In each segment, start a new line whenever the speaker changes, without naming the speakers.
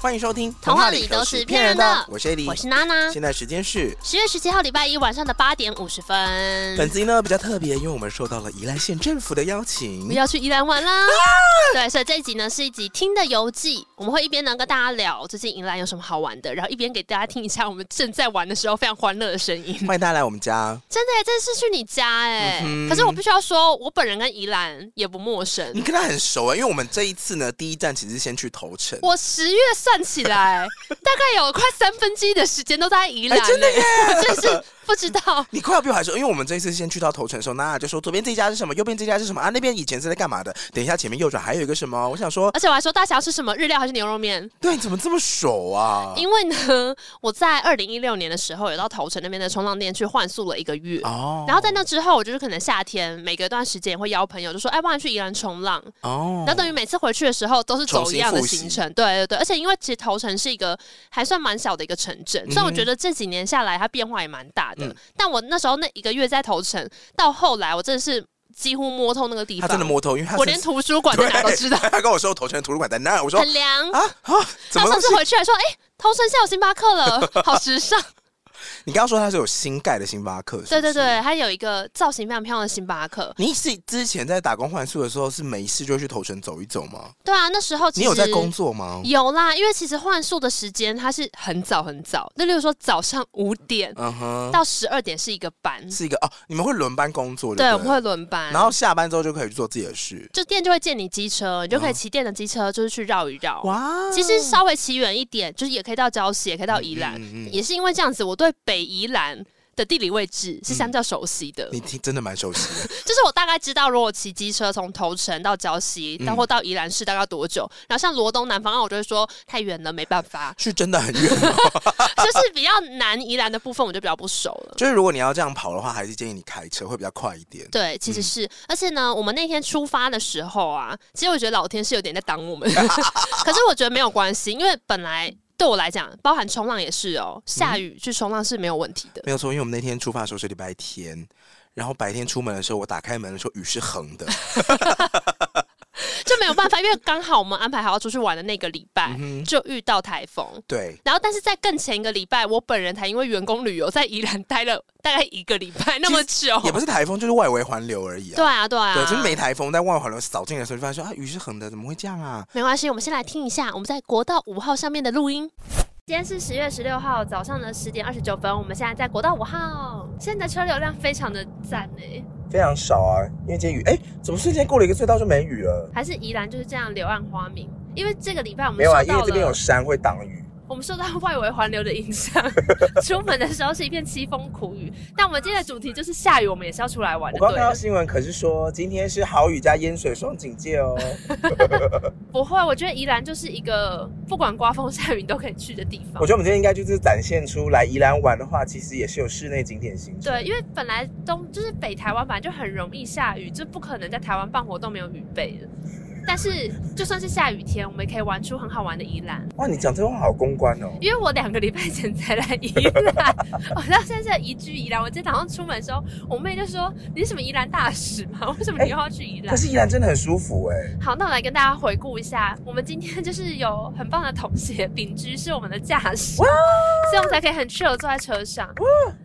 欢迎收听《
童话里都是骗人的
我是 Ali，
我是娜娜。
现在时间是
十月十七号礼拜一晚上的八点五十
本
分，
集呢比较特别，因为我们受到了宜兰县政府的邀请
我。要去宜兰玩
啊
啦。对，所以这一集呢是一集听的游记，我们会一边呢跟大家聊最近宜兰有什么好玩的，然后一边给大家听一下我们正在玩的时候非常欢乐的声音。
欢迎大家来我们家，
真的耶，这次去你家哎、
嗯哼
可是我必须要说，我本人跟宜兰也不陌生
你。跟他很熟啊，因为我们这一次呢，第一站其实是先去头城。
我十月算 起来，大概有快三分之一的时间都在宜兰、
哎真的耶
耶，真是不知道。
你快要比我还熟，因为我们这一次先去到头城的时候，娜娜就说左边这家是什么，右边这家是什么啊？那边以前是在干嘛的？等一下前面右转还有一个什么？我想说，
而且我还说大家要吃什么日料还是牛肉面，
对，你怎么这么熟啊？
因为呢，我在二零一六年的时候有到头城那边的冲浪店去换宿了一个月。
哦
然后在那之后，我就是可能夏天每隔一段时间会邀朋友，就说哎，不然去宜兰冲浪。
哦
然后等于每次回去的时候都是走一样的行
重
程，对对对。而且因为其实头城是一个还算蛮小的一个城镇，虽然我觉得这几年下来它变化也蛮大的，
嗯
但我那时候那一个月在头城，到后来我真的是几乎摸透那个地
他
方，
真的摸头，因为他
我连
是
图书馆在哪都知道，
他跟我说头城的图书馆在那，我 说
很凉。
啊啊，怎
他
么
上
东西
次？回去还说，哎、头城现在有星巴 克了，好时尚。
你刚刚说它是有新盖的星巴克，是不
对
是
对对，。它有一个造型非常漂亮的星巴克。
你是之前在打工换宿的时候是没事就会去头城走一走吗？
对啊，那时候其
你
实
有在工作吗？
有啦，因为其实换宿的时间它是很早很早，那例如说早上五点
嗯哼，
到十二点是一个班，
是一个哦，你们会轮班工作就
对，
了
我们会轮班，
然后下班之后就可以去做自己的事。
就店就会借你机车，你就可以
嗯
骑电的机车就是去绕一绕。
哇
哦其实稍微骑远一点，就是也可以到礁溪，也可以到宜兰。
嗯嗯嗯
也是因为这样子，我对北宜兰的地理位置是
嗯
相较熟悉的。
你听真的蛮熟悉的，
就是我大概知道，如果我骑机车从头城到礁溪，
嗯。
然后到宜兰市大概要多久。然后像罗东南方岸，我就会说太远了，没办 法
是真的很远哦。
就是比较南宜兰的部分，我就比较不熟了。
就是如果你要这样跑的话，还是建议你开车会比较快一点。
对，其实
嗯
是，而且呢，我们那天出发的时候啊，其实我觉得老天是有点在挡我们， 可是我觉得没有关系，因为本来对我来讲，包含冲浪也是哦，下雨去冲浪是没有问题的。
没有错，因为我们那天出发的时候是礼拜天，然后白天出门的时候，我打开门的时候雨是横的，
就没有办法，因为刚好我们安排好要出去玩的那个礼拜
嗯，哼，
就遇到台风。
对。
然后，但是在更前一个礼拜，我本人才因为员工旅游在宜兰待了大概一个礼拜那么久，
也不是台风，就是外围环流而已
对
啊。
哦啊，对啊，
对，就是没台风，但外围环流扫进来的时候，就发现说啊，雨是横的，怎么会这样啊？
没关系，我们先来听一下我们在国道五号上面的录音。今天是十月十六号早上的十点二十九分，我们现在在国道五号，现在车流量非常的赞欸诶，
非常少啊，因为今天雨，哎、怎么瞬间过了一个隧道就没雨了？
还是宜兰就是这样柳暗花明。因为这个礼拜我们
没有啊，
受
因为
到
这边有
了
山会挡雨。
我们受到外围环流的影响， 出门的时候是一片凄风苦雨。但我们今天的主题就是下雨，我们也是要出来玩
我
的，
刚看
啊对
到
了。
新闻，可是说今天是好雨加淹水双警戒 哦。
不会，我觉得宜兰就是一个不管刮风下雨你都可以去的地方
我。觉得我们今天应该就是展现出来，宜兰玩的话，其实也是有室内景点行程。
对，因为本来东就是北台湾本来就很容易下雨，就不可能在台湾办活动没有雨备的。但是就算是下雨天，我们也可以玩出很好玩的宜兰。
哇，你讲这话好公关哦！
因为我两个礼拜前才来宜兰， 我到现在移居宜兰。我今天早上出门的时候，我妹就说：“你是什么宜兰大使吗？为什么你又要去宜
可？”
兰
是宜兰真的很舒服哎、
好，那我来跟大家回顾一下，我们今天 就是有很棒的同学秉居是我们的驾驶，所以我们才可以很 chill 地坐在车上。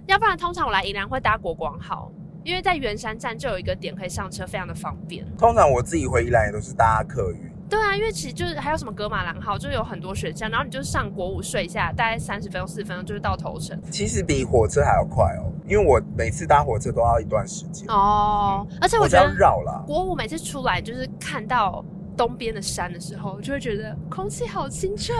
要不然通常我来宜兰会搭国光号，因为在圆山站就有一个点可以上车，非常的方便。
通常我自己回宜兰也都是搭客运，
对啊，因为其实就是还有什么格马兰号，就有很多选项，然后你就上国五睡一下，大概三十分钟、四十分钟就是到头城
其实比火车还要快哦，因为我每次搭火车都要一段时间，
哦。而且我
我只
觉
要
得
绕啦。
国五每次出来就是看到。东边的山的时候，就会觉得空气好清澈。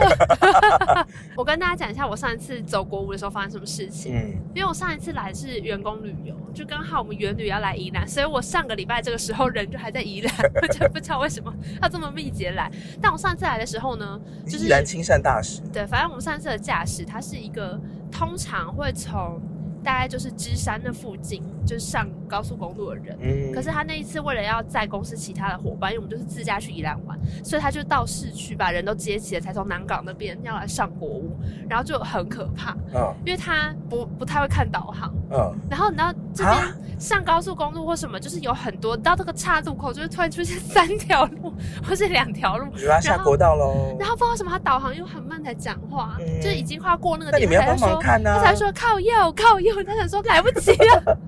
我跟大家讲一下，我上一次走国五的时候发生什么事情。
嗯，
因为我上一次来是员工旅游，就刚好我们员旅要来宜兰，所以我上个礼拜这个时候人就还在宜兰，我就不知道为什么要这么密集地来。但我上次来的时候呢，就是
宜兰青山大使，
对，反正我们上次的驾驶，它是一个通常会从大概就是芝山那附近，就是上高速公路的人。
嗯
可是他那一次为了要载公司其他的伙伴，因为我们就是自驾去宜兰玩，所以他就到市区把人都接起来，才从南港那边要来上国屋，然后就很可怕，
嗯
因为他不不太会看导航。
嗯，
然后你知道这
啊
边上高速公路或什么，就是有很多到这个岔路口，就会突然出现三条路或是两条路，
你说他下国道喽？
然后不知道为什么他导航又很慢才讲话，
嗯
就是已经快要过那个
那你
点，
们要
他
帮
才
忙
说。
看啊呢
他，才说靠右靠右，他想说来不及了。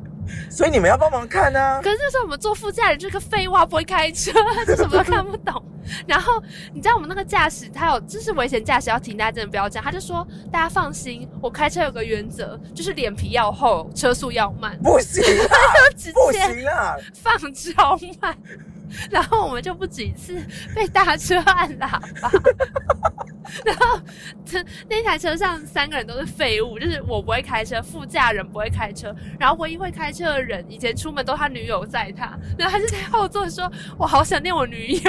所以你们要帮忙看啊呢。
可是那时候我们坐副驾驶这个废话不会开车，就什么都看不懂。然后你知道我们那个驾驶他有就是危险驾驶要停，大家真的不要这样。他就说大家放心，我开车有个原则，就是脸皮要厚，车速要慢，
不行啦，
就直
不
接
行啊 啦！
放超慢。 然后我们就不止一次被大车按喇叭， 然后这那台车上三个人都是废物，就是我不会开车，副驾人不会开车，然后唯一会开车的人以前出门都他女友载他，然后他就在后座说：“我好想念我女友。”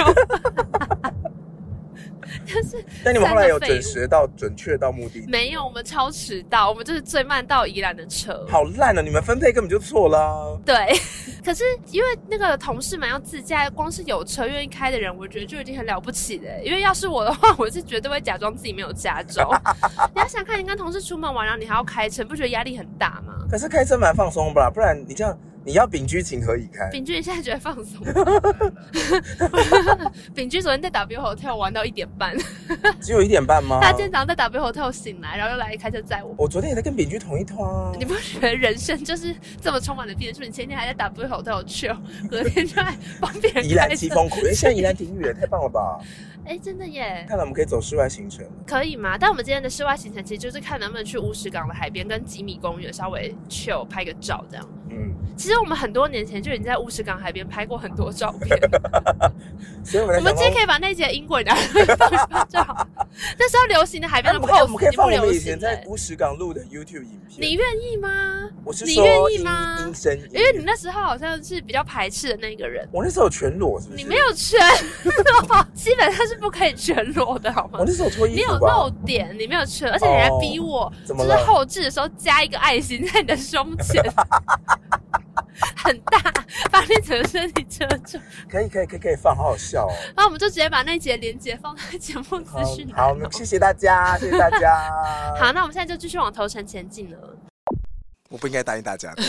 就是
但你们后来有
三个废物
准时到、准确到目的地？
没有，我们超迟到，我们就是最慢到宜兰的车。
好烂哦！你们分配根本就错啦。
对， 可是因为那个同事们要自驾，光是有车愿意开的人，我觉得就已经很了不起了欸。因为要是我的话，我是绝对会假装自己没有驾照。 你要想看，你跟同事出门玩，然后你还要开车，不觉得压力很大 吗？
可是开车蛮放松吧，不然你这样你要秉居情何以堪？
秉钧现在觉得放松。 秉钧昨天在 W Hotel 玩到一点半，
只有一点半吗？
他今天早上在 W Hotel 醒来，然后又来开车载我。
我昨天也在跟秉居同一团啊。
你不觉得人生就是这么充满了变数？你前天还在 W Hotel chill，隔天就在帮别 人
宜
开
兰
车。
奇 峰谷，因为现在宜兰挺远，太棒了吧！
哎、真的耶！
看来我们可以走室外行程了。
可以吗？但我们今天的室外行程其实就是看能不能去乌石港的海边跟吉米公园稍微 chill 拍个照这样。
嗯，
其实我们很多年前就已经在乌石港海边拍过很多照 片，
所以我们在
我们
想哦
今天
说
可以把那节音轨拿来放就好。那时候流行的海
哎
边的
我们可以，我
pose
们可以
已经
放我
不流
们以
行
前
了
在
欸。
乌石港录的 YouTube 影片。
你愿意吗？
我是
你
说
愿意
音
吗
音声音，
因为你那时候好像是比较排斥的那个人，
我那时候有全裸，是不是？
你没，有全裸， 基本上是不可以全裸的好吗
哦我？那时候有脱
你
衣
有
服
露
吧？
点，你没有全，而且你还
哦
逼我，
怎么
就是
了
后置的时候加一个爱心在你的胸 前，很大，把你整个身体遮住。
可以，可以，可以，可以放，好好笑哦。
然后我们就直接把那节连接放在节目资
好
讯栏
好
哦。，
谢谢大 家，谢谢大家。
好，那我们现在就继续往头城前进了。
我不应该答应大家的。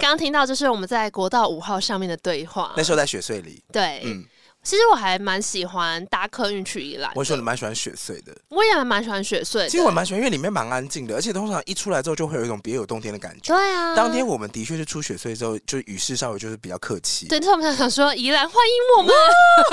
刚刚听到就是我们在国道五号上面的对话
呃那，时候在雪穗里，
对，
嗯，
其实我还蛮喜欢搭客运去宜兰的，
我说你蛮喜欢雪穗的。
我也还蛮喜欢雪穗的，
其实我蛮喜欢，因为里面蛮安静的，而且通常一出来之后就会有一种别有洞天的感觉。
对啊，
当天我们的确是出雪穗之后，就语势稍微就是比较客气。
对，那时候我们想想说宜兰欢迎我们，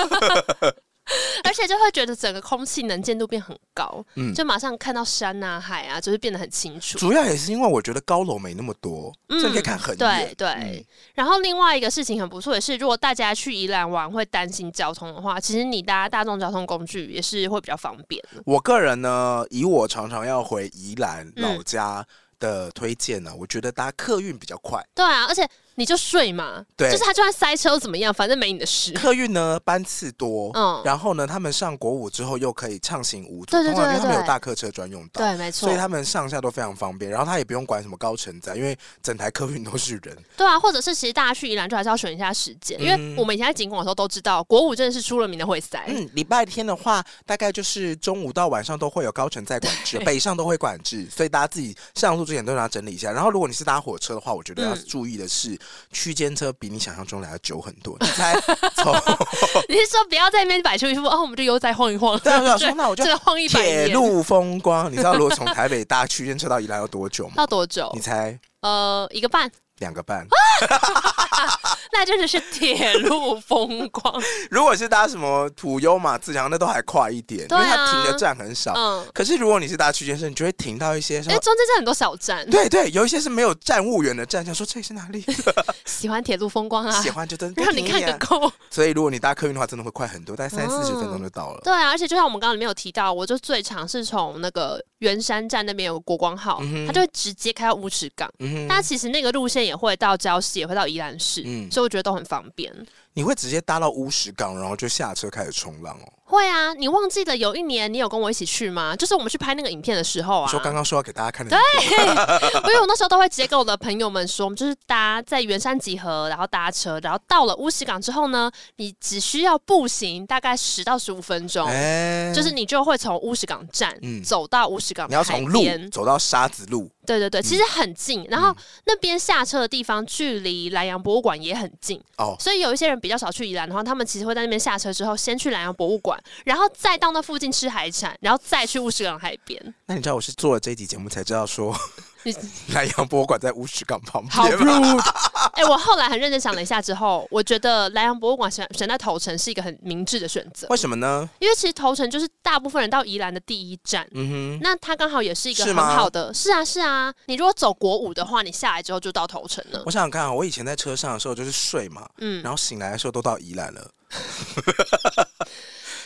而且就会觉得整个空气能见度变很高，
嗯
就马上看到山啊海啊，就是变得很清楚。
主要也是因为我觉得高楼没那么多，
嗯
所以可以看很
对
远。
对、
嗯
然后另外一个事情很不错，也是如果大家去宜兰玩会担心交通的话，其实你搭大众交通工具也是会比较方便的。
我个人呢，以我常常要回宜兰
嗯
老家的推荐呢，我觉得搭客运比较快。
对啊，而且你就睡嘛，
对
就是他就算塞车又怎么样，反正没你的事。
客运呢班次多，
嗯
然后呢，他们上国五之后又可以畅行无阻，
对对
通常因为
对
他们
对
有大客车专用道。
对，没错
所以。他们上下都非常方便，然后他也不用管什么高承载，因为整台客运都是人。
对啊，或者是其实大家去宜兰就还是要选一下时间，因为
嗯
我们以前在景广的时候都知道，国五真的是出了名的会塞。
嗯，礼拜天的话，大概就是中午到晚上都会有高承载管制，北上都会管制，所以大家自己上路之前都要整理一下。然后，如果你是搭火车的话，我觉得要
嗯
注意的是，区间车比你想象中来的久很多。你 猜从
你是说不要在那边摆出一副哦，我们就悠哉晃一晃？
对啊对啊说那我就
这个晃一百
铁
年，
路风光，你知道如果从台北搭区间车到宜兰要多久 吗？
要多久
你？猜
呃，一个半，
两个半。
那真的是铁路风 光。
如果是搭什么普悠玛、自强，那都还快一点，因
对啊
为它停的站很少。
嗯，
可是如果你是搭区间车，你就会停到一些什
因
么
为。中间真的很多小站，
对对，有一些是没有站务员的站，想说这里是哪 里，
喜欢铁路风光啊
喜，欢就登，
让你看个够。
所以如果你搭客运的话，真的会快很多，大概三四十分钟就到了。
对啊，而且就像我们刚刚里面有提到，我就最常是从那个圆山站那边有个国光号，
嗯哼
它就会直接开到乌石港。
嗯
那
哼，
其实那个路线也会到礁溪，也会到宜兰市，
嗯
所以我觉得都很方便。
你会直接搭到乌石港，然后就下车开始冲浪哦。
会啊，你忘记了有一年你有跟我一起去吗？就是我们去拍那个影片的时候
你
啊，
说刚刚说要给大家看的，
因为我那时候都会直接跟我的朋友们说，我们就是搭在圆山集合，然后搭车，然后到了乌石港之后呢，你只需要步行大概十到十五分钟，
哎
就是你就会从乌石港站、
嗯
走到乌石港
你要
海
从路嗯
边
走到沙子路，
对对对，其实很近。然后那边下车的地方距离莱阳博物馆也很近，
哦，
所以有一些人比较少去宜兰，然后他们其实会在那边下车之后，先去莱阳博物馆，然后再到那附近吃海产，然后再去乌石港海边。
那你知道我是做了这一集节目才知道说
你
南洋博物馆在乌石港旁
好
边吗？
rude！哎、我后来很认真想了一下之后，我觉得莱阳博物馆选选在头城是一个很明智的选择，
为什么呢？
因为其实头城就是大部分人到宜兰的第一站。
嗯哼，
那它刚好也是一个
是
很
吗
好的，是啊是啊。你如果走国五的话，你下来之后就到头城了。
我想想看啊，我以前在车上的时候就是睡嘛，
嗯，
然后醒来的时候都到宜兰了，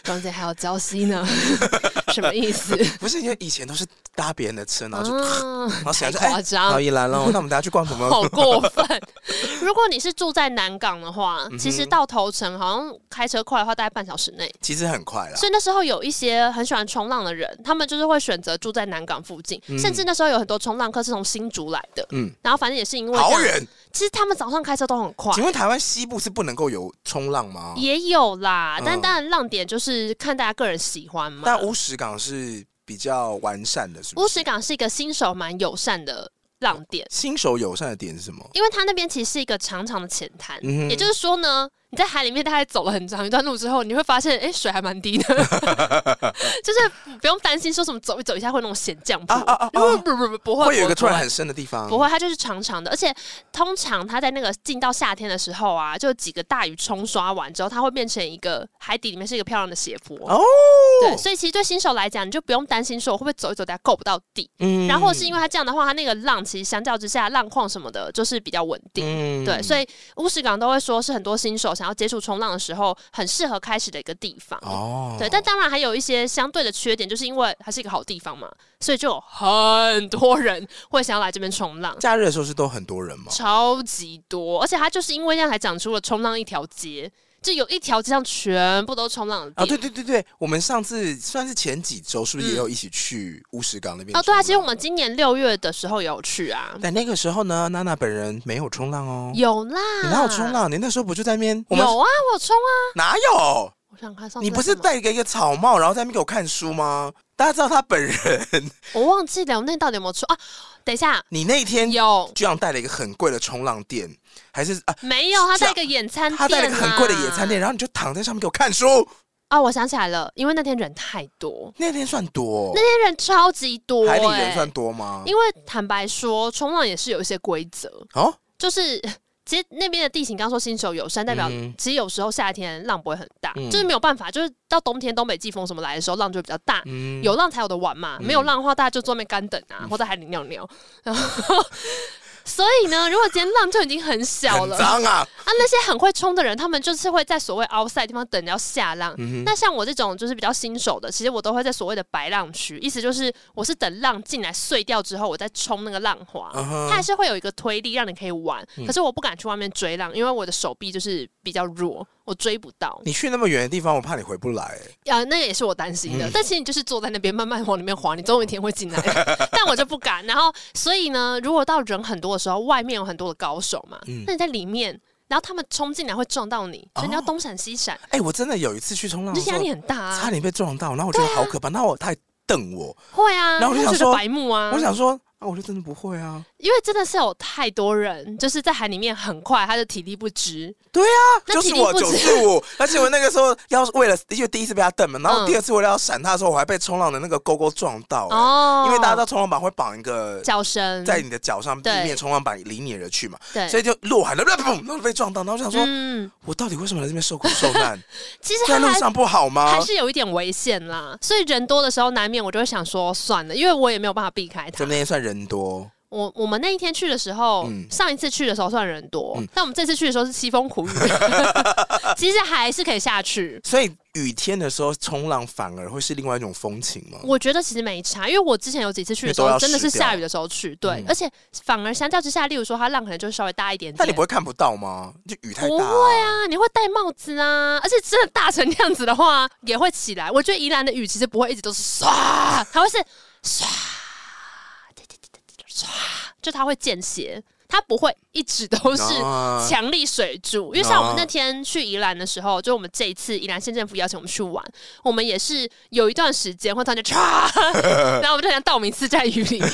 中间还有礁溪 呢，什么意思？
不是因为以前都是搭别人的车，然后就、
啊，
然后醒来
太
就哎。
夸
到
张，
宜 兰了，那我们大家去逛什么？
好过分！ 如果你是住在南港的话，
嗯哼
其实到头城好像开车快的话，大概半小时内。
其实很快啦
所。以那时候有一些很喜欢冲浪的人，他们就是会选择住在南港附近，
嗯
甚至那时候有很多冲浪客是从新竹来的。
嗯，
然后反正也是因为这
好
样，
远。
其实他们早上开车都很快
请。问台湾西部是不能够有冲浪吗？
也有啦，但
嗯
当然浪点就是看大家个人喜欢嘛。
但乌石港是比较完善的，是不
乌
是？
石港是一个新手蛮友善的浪点，
新手友善的点是什么？
因为它那边其实是一个长长的浅滩，
嗯哼
也就是说呢，你在海里面大概走了很长一段路之后，你会发现，哎、水还蛮低 的，就是不用担心说什么走一走一下会那种险降坡，
啊啊啊啊
不不不不不会，
会有一个
不会
突然很深的地方，
不会，它就是长长的，而且通常它在那个进到夏天的时候啊，就几个大雨冲刷完之后，它会变成一个海底里面是一个漂亮的斜坡。
哦。
对，所以其实对新手来讲，你就不用担心说我会不会走一走，等下够不到地。
嗯
然后或者是因为它这样的话，它那个浪其实相较之下，浪况什么的，就是比较稳定。
嗯
对，所以乌石港都会说是很多新手想要接触冲浪的时候，很适合开始的一个地方。
哦，
对，但当然还有一些相对的缺点，就是因为它是一个好地方嘛，所以就有很多人会想要来这边冲浪，
假日的时候是都很多人吗？
超级多。而且它就是因为这样才长出了冲浪一条街，就有一条街上全部都是冲浪的
啊，
店。
对对对对，我们上次算是前几周，是不是也有一起去乌石港那边？
哦，对啊，其实我。们今年六月的时候有去啊，
但那个时候呢，娜娜本人没有冲浪哦。
有啦，
你哪有冲？浪？你那时候不就在那边？我
有
们
啊，哦我有冲啊，
哪有？
我想看上次
你不
在
是
什么
戴个一个草帽，然后在那边给我看书吗？大家知道他本人，
我忘记了，我那到底有没有冲啊？等一下，
你那天
有
居然带了一个很贵的冲浪垫，还是啊？
没有？他在一个野餐店、啊，
他带了一个很贵的野餐垫，然后你就躺在上面给我看书。
啊！我想起来了，因为那天人太多，
那天算多，
那天人超级多、
海里
哎
人算多吗？
因为坦白说，冲浪也是有一些规则，
哦，
就是。其实那边的地形，刚说新手友善，代表
嗯
其实有时候夏天浪不会很大，
嗯
就是没有办法，就是到冬天东北季风什么来的时候，浪就会比较大。
嗯，
有浪才有的玩嘛，
嗯
没有浪的话，大家就坐那边干等啊，或在海里尿尿。然后，所以呢，如果今天浪就已经很小
很
了，啊，
脏啊。
那些很会冲的人，他们就是会在所谓 outside 地方等着要下浪。
嗯哼
那像我这种就是比较新手的，其实我都会在所谓的白浪区，意思就是我是等浪进来碎掉之后，我再冲那个浪花。
嗯
它
哼
还是会有一个推力让你可以玩，
嗯
可是我不敢去外面追浪，因为我的手臂就是比较弱，我追不到。
你去那么远的地方，我怕你回不来、欸
啊，那也是我担心
嗯
的。但其实你就是坐在那边慢慢往里面滑，你总有一天会进来 的。但我就不敢。然后，所以呢，如果到人很多的时候，外面有很多的高手嘛，
嗯
那你在里面，然后他们冲进来会撞到你，所以你要
哦
东闪西闪，
哎、我真的有一次去冲浪
你
的
就
时
压
候，
力很大啊
差。点被撞到，然后我觉得好可怕，然后我他还瞪我，
会啊，
然后我就
他
想
觉得
说
白目啊，
我想说啊，我就真的不会啊，
因为真的是有太多人，就是在海里面很快，他的体力不支，
对啊，
那
就是
体力
我
不
九
支
四五， 而且我那个时候要是为了因为第一次被他瞪嘛，然后
嗯
第二次为了要闪他的时候，我还被冲浪的那个勾勾撞到、欸
哦，
因为大家知道冲浪板会绑一个
叫声，
在你的脚上，避
对
免冲浪板离你而去嘛，
对，
所以就落海了，砰，然后被撞到，然后我想说，
嗯，
我到底为什么来这边受苦受 难？
其实
在
他
路
还
上啊不好吗
还？是有一点危险啦，所以人多的时候难免我就会想说算了，因为我也没有办法避开
就
他。
那天算人多，
我我们那一天去的时候，
嗯
上一次去的时候算人多，
嗯
但我们这次去的时候是凄 风苦雨，其实还是可以下去。
所以雨天的时候冲浪反而会是另外一种风情吗？
我觉得其实没差，因为我之前有几次去的
嗯
时
你都
候，
要
真的是
湿掉
下雨的时候去，对，
嗯
而且反而相较之下，例如说它浪可能就稍微大一点点，
但你不会看不到吗？就雨太大、
不会，啊，你会戴帽子啊，而且真的大成那样子的话，也会起来。我觉得宜兰的雨其实不会一直都是唰，它会是唰，滴滴滴滴滴唰，就它会间歇，它不会一直都是
啊
强力水柱。因为像我们那天去宜兰的时候，就我们这一次宜兰县政府邀请我们去玩，我们也是有一段时间会突然就唰，然后我们就像道明寺在雨里面，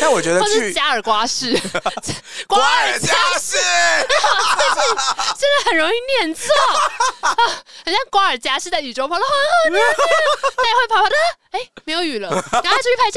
但我觉得
或是
去
加尔瓜市，瓜
瓜
尔
尔佳市，
真的很容易念错， 啊很像瓜尔佳是在雨中跑，然后啊，念念，他也会跑跑的，哎、没有 雨了，赶快出去拍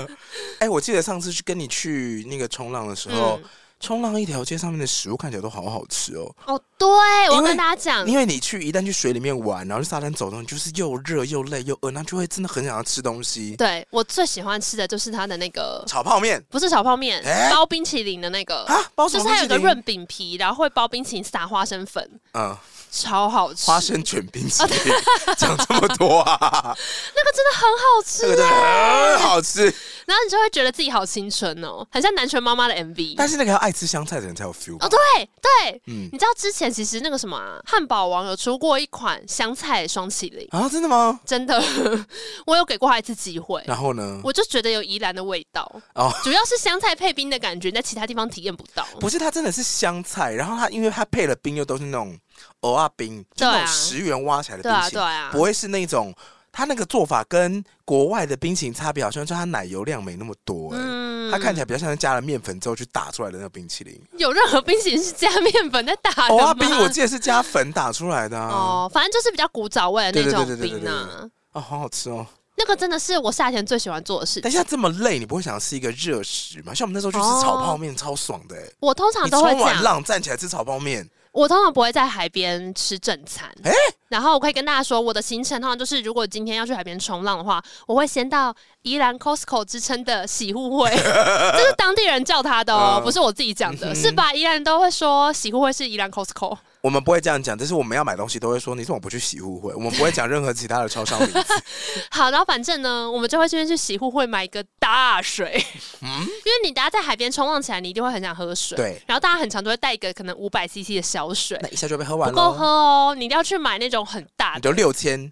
照。
哎、我记得上次去跟你去那个冲浪的时候，
嗯
冲浪一条街上面的食物看起来都好好吃哦。
哦，对，我
因
要
为
跟大家讲，
因为你去一旦去水里面玩，然后去沙滩走动，你就是又热又累又饿，那就会真的很想要吃东西。
对我最喜欢吃的就是它的那个，
炒泡面
不是小泡面，
哎
包冰淇淋的那个。
啊，包什
就
么
是它
冰淇
有一个
淋
润饼皮，然后会包冰淇淋，撒花生粉，
嗯，
超好吃。
花生卷冰 淇淋，
哦
讲这么多啊，
那个真的很好
这个真
吃，
的啊很好吃。
然后你就会觉得自己好青春哦，很像南拳妈妈的 MV。
但是那个要爱吃香菜的人才有 feel 吧
哦，。对对，
嗯
你知道之前其实那个什么啊，汉堡王有出过一款香菜双麒麟，
啊，真的吗？
真的， 我有给过他一次机会，
然后呢？
我就觉得有宜兰的味道，
啊哦，
主要是香菜配冰的感觉，在其他地方体验不到。
不是，它真的是香菜，然后它因为它配了冰，又都是那种偶尔冰，就
对啊
那种十元挖起来的
对
冰
啊，
淇
对
淋，
啊，
不会是那种。它那个做法跟国外的冰淇淋差别好像，就它奶油量没那么多、哎、
嗯
它看起来比较像是加了面粉之后去打出来的那个冰淇淋。
有任何冰淇淋是加面粉在打啊的
欧
吗？
阿哦啊冰我记得是加粉打出来的、啊，哦
哦，反正就是比较古早味的那
对
种
对对对对
冰啊。
好好吃哦。
那个真的是我夏天最喜欢做的事
但
情。
现在这么累，你不会想要吃一个热食吗？像我们那时候去
哦
吃炒泡面，超爽的、哎
我通常
你
都会
冲
这样
完，浪站起来吃炒泡面，
我通常不会在海边吃正餐。
哎
然后我可以跟大家说，我的行程通常就是，如果今天要去海边冲浪的话，我会先到宜兰 Costco 之称的洗 护会，这是当地人叫它的哦，
嗯
不是我自己讲的，是吧？宜兰人都会说洗护会是宜兰 Costco，
我们不会这样讲，但是我们要买东西都会说，你怎么不去洗护会？我们不会讲任何其他的超商名 字。
好，然后反正呢，我们就会这边去洗护会买一个大水，因为你大家在海边冲浪起来，你一定会很想喝水，
嗯对
然后大家很常都会带一个可能五百 CC 的小水
那。一下就被喝完
不
了，
够喝哦，你一定要去买那种很大
你
的
就，六千，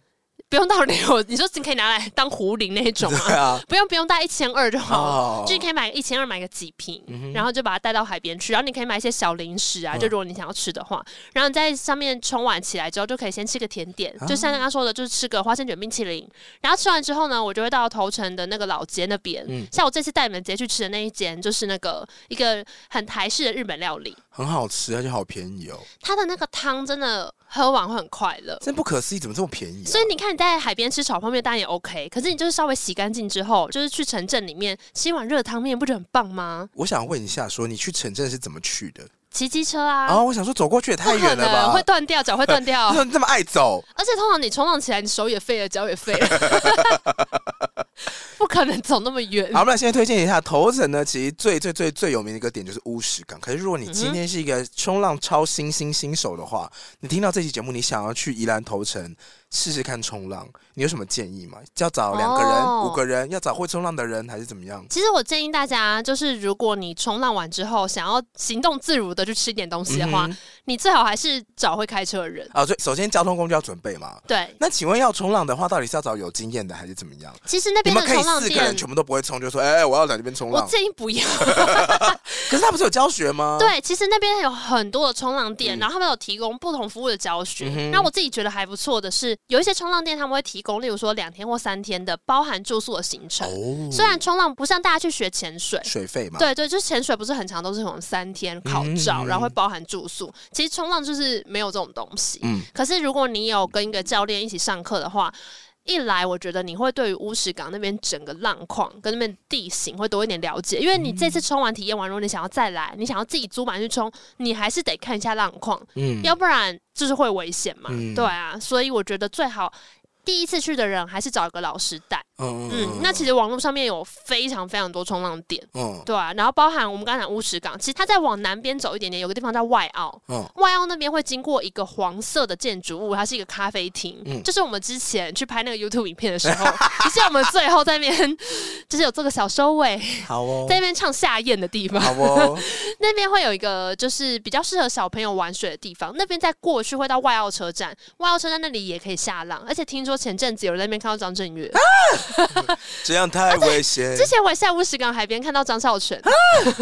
不用到六，你说你可以拿来当壶铃那种啊
对，啊，
不用不用，带一千二就好了。
哦嗯
就你可以买一千二买个几瓶，然后就把它带到海边去，然后你可以买一些小零食啊，就如果你想要吃的话，然后你在上面冲完起来之后，就可以先吃个甜点，
啊
就像刚刚说的，就是吃个花生卷冰淇淋。然后吃完之后呢，我就会到头城的那个老街那边，
嗯
像我这次带你们直接去吃的那一间，就是那个一个很台式的日本料理，
很好吃，而且好便宜哦，
它的那个汤真的喝完会很快乐。
真不可思议，怎么这么便宜、啊？
所以你看，你在海边吃炒泡面当然也 OK，可是你就是稍微洗干净之后，就是去城镇里面吃一碗热汤面，不觉得很棒吗？
我想问一下说你去城镇是怎么去的？
骑机车啊，
啊，我想说走过去也
不
太
可
远了吧，
能会断掉，脚会 断掉
你，怎么这么爱走？
而且通常你冲浪起来，你手也废了，脚也废了， 不可能走那么远。
好，那现在推荐一下头城呢，其实最最最最有名的一个点就是乌石港。可是如果你
嗯
今天是一个冲浪超新星新手的话，你听到这期节目，你想要去宜兰头城试试看冲浪，你有什么建议吗？要找两个人、
哦
五个人，要找会冲浪的人，还是怎么样？
其实我建议大家，就是如果你冲浪完之后想要行动自如的去吃一点东西的话，
嗯哼
你最好还是找会开车的人。
啊，所以首先交通工具要准备嘛。
对，
那请问要冲浪的话，到底是要找有经验的，还是怎么样？
其实那
你
边的
们可以
冲浪
四个人
店，
全部都不会冲，就说：“哎、我要来这边冲
我
浪。
建议不要。”
可是他不是有教学吗？，
对，其实那边有很多的冲浪店，
嗯
然后他们有提供不同服务的教学。
嗯哼
那我自己觉得还不错的是，有一些冲浪店他们会提供，例如说两天或三天的包含住宿的行程。
哦，
虽然冲浪不像大家去学潜水。
水费嘛，
对对，就是潜水不是很长，都是从三天考照，
嗯
然后会包含住宿。其实冲浪就是没有这种东西。
嗯，
可是如果你有跟一个教练一起上课的话，一来我觉得你会对于乌石港那边整个浪况跟那边地形会多一点了解，因为你
嗯
这次冲完体验完，如果你想要再来，你想要自己租板去冲，你还是得看一下浪况，
嗯
要不然就是会危险嘛。
嗯
对啊，所以我觉得最好。第一次去的人还是找一个老师带，
嗯
嗯，那其
实
实网络上面有非常非常多冲浪点，
嗯
对啊，然后包含我们刚才讲乌石港，其实它再往南边走一点点，有个地方叫外澳，
嗯
外澳那边会经过一个黄色的建筑物，它是一个咖啡厅，
嗯
就是我们之前去拍那个 YouTube 影片的时候， 其实我们最后在那边就是有做个小收尾，
好哦
在那边唱夏宴的地方，
好 哦，
那边会有一个就是比较适合小朋友玩水的地方，那边在过去会到外澳车站，外澳车站那里也可以下浪，而且听说前阵子有人在那边看到张震岳，
啊这样太危险
之。前我也在乌石港海边看到张孝全，
啊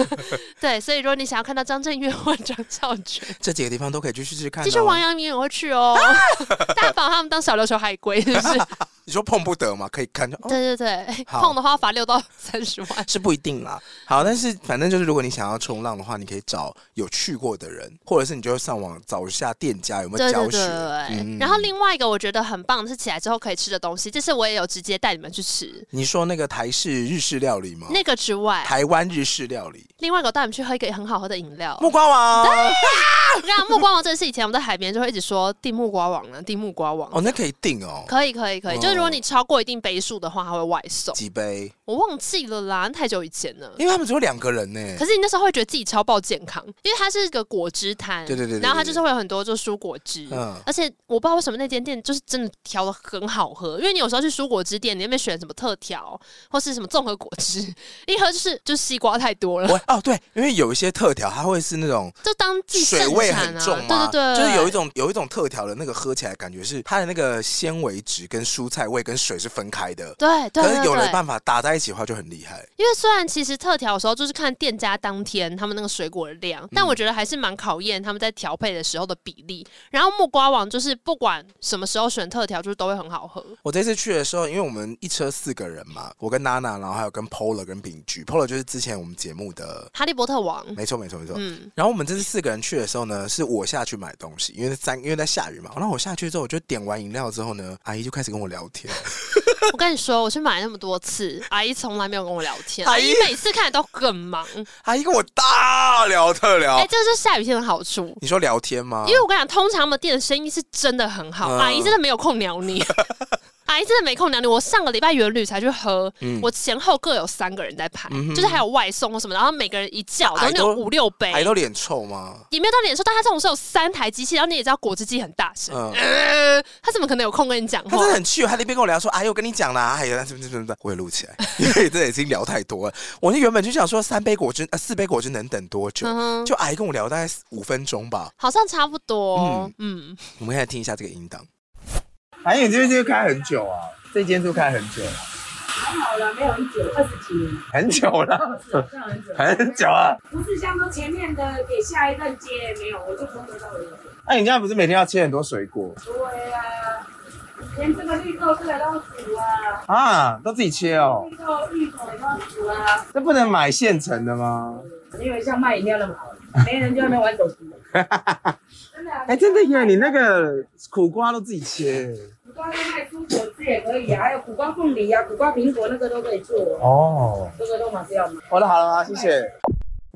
对，所以如果你想要看到张震岳或张孝全，
这几个地方都可以去试试看哦。
其实王阳明也会去哦， 大家把他们当小琉球海龟，是不 是？
你说碰不得嘛，可以看，哦、
对对对，
好
碰的话要罚六到三十万。
是不一定啦。好，但是反正就是，如果你想要冲浪的话，你可以找有去过的人，或者是你就上网找一下店家有没有
对对
教
对
学。
对
嗯
然后另外一个我觉得很棒的是起来之后可以吃的东西，这次我也有直接带你们去吃。
你说那个台式日式料理吗？
那个之外，
台湾日式料理，
另外一个我带你们去喝一个很好喝的饮料，
木瓜王
让木瓜王这是以前我们在海边就会一直说订木瓜王了，订木瓜王。
哦，那可以订哦，
可以可以可以，就是如果你超过一定杯数的话，它会外送。
几杯，
我忘记了啦，太久以前了。
因为他们只有两个人呢。
可是你那时候会觉得自己超爆健康，因为它是一个果汁摊，
对对对对
然后它就是会有很多就蔬果汁，
嗯
而且我不知道为什么那间店就是真的调的很好喝，因为你有时候去蔬果汁店，你那边选什么特调或是什么综合果汁， 一喝就是就是西瓜太多了，
我哦对，因为有一些特调，它会是那种
就当季盛
水味
产
很
啊，
重
对
嘛，
对对，
就是有一种有一种特调的那个喝起来感觉是它的那个纤维质跟蔬菜味跟水是分开的，
对对
可
对
是有
对
了办法打在一起的话就很厉害。
因为虽然其实特调的时候就是看店家当天他们那个水果的
嗯
量，但我觉得还是蛮考验他们在调配的时候的比例。然后木瓜王就是不管什么时候选特调，就是都会很好喝。
我这次去的时候，因为我们一车四个人嘛，我跟娜娜，然后还有跟 Polar 跟秉菊，Polar 就是之前我们节目的，
哈利波特王，
没错没错没错。
嗯，
然后我们这次四个人去的时候呢，是我下去买东西，因为三因为在下雨嘛。然后我下去之后，我就点完饮料之后呢，阿姨就开始跟我聊天，
我跟你说，我去买那么多次，阿姨从来没有跟我聊天，
阿
阿
姨
姨每次看都更忙。
阿姨跟我大聊特聊。
哎、这就是下雨天的好处。
你说聊天吗？
因为我跟你讲，通常我们店的生意是真的很好，
嗯
阿姨真的没有空聊 你。阿姨真的没空聊你。我上个礼拜元旅才去喝，
嗯
我前后各有三个人在排，
嗯哼
就是还有外送或什么的，然后每个人一叫
阿
都
姨
那
都
种五六杯
阿，姨都脸臭吗？
也没有到脸说，但他这种是有三台机器，然后你也知道果汁机很大声，
嗯，
呃，他怎么可能有空跟你讲
他
话
真？的很气，他那边跟我聊说：“哎呦，我跟你讲啦，哎呀，什么什么什么，我也录起来，因为这已经聊太多了。我就原本就想说三杯果汁，呃，四杯果汁能等多久？
嗯哼
就阿姨跟我聊大概五分钟吧。
好像差不多，嗯
我们现在听一下这个音档，
韩影这边就开很久啊，这间就开很久，
还好了，没有很久，二十几年，
很久了，
这样很久。
很久啊。
不是像说前面的给下一任接，没有，我就从头到尾。
那、哎你这样不是每天要切很多水果
对呀、连这个绿豆这个都煮啊，
啊？都自己切哦？
绿豆芋头也要煮啊。
那不能买现成的吗？
因为像卖饮料那么好，没人就在那边玩手机。真的、啊，
哎、真的耶！你那个苦瓜都自己切
苦瓜卖蔬果汁也可以啊，还有苦瓜凤梨啊、苦瓜苹果那个都可以做，
哦。
这个都马上要买。
好了好了，谢谢。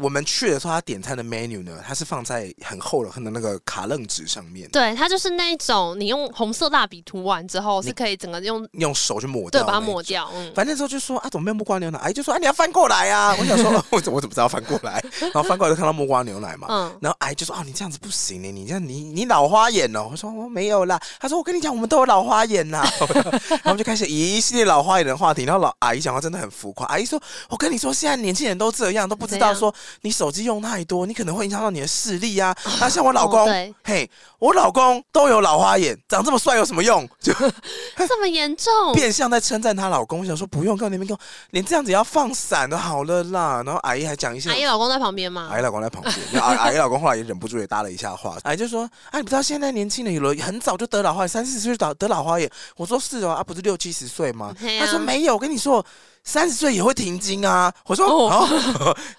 我们去的时候，他点餐的 menu 呢，它是放在很厚的很的那个卡楞纸上面，
对，它就是那一种你用红色蜡笔涂完之后是可以整个用
用手去抹
对
掉，
把它抹。掉，嗯。
反正那时候就说啊，怎么没有木瓜牛奶？阿姨就说啊，你要翻过来啊！我想说，我怎我怎么知道翻过来？然后翻过来就看到木瓜牛奶嘛。
嗯，
然后阿姨就说：“哦，你这样子不行呢，你这样你你老花眼哦。”我说：“我、没有啦。”她说：“我跟你讲，我们都有老花眼啦。” 然后我们就开始一系列老花眼的话题。然后老阿姨讲话真的很浮夸。阿姨说：“我跟你说，现在年轻人都这样，都不知道
怎样
说你手机用太多，你可能会影响到你的视力啊。”那像我老公，
哦对
嘿，我老公都有老花眼，长这么帅有什么用？就
这么严重？
变相在称赞她老公，想说不用，跟你们用，连这样子也要放闪的好了啦。然后阿姨还讲一些
阿姨老公在旁边吗
阿？姨老公在旁边，那阿阿姨老公后来也忍不住也搭了一下话，阿姨就说：“哎、你不知道现在年轻人有了很早就得老花眼，三四十岁就得得老花眼。”我说：“是哦，啊，不是六七十岁吗？”
嘿
她
啊
说：“没有，我跟你说，三十岁也会停经啊。”我说：“哦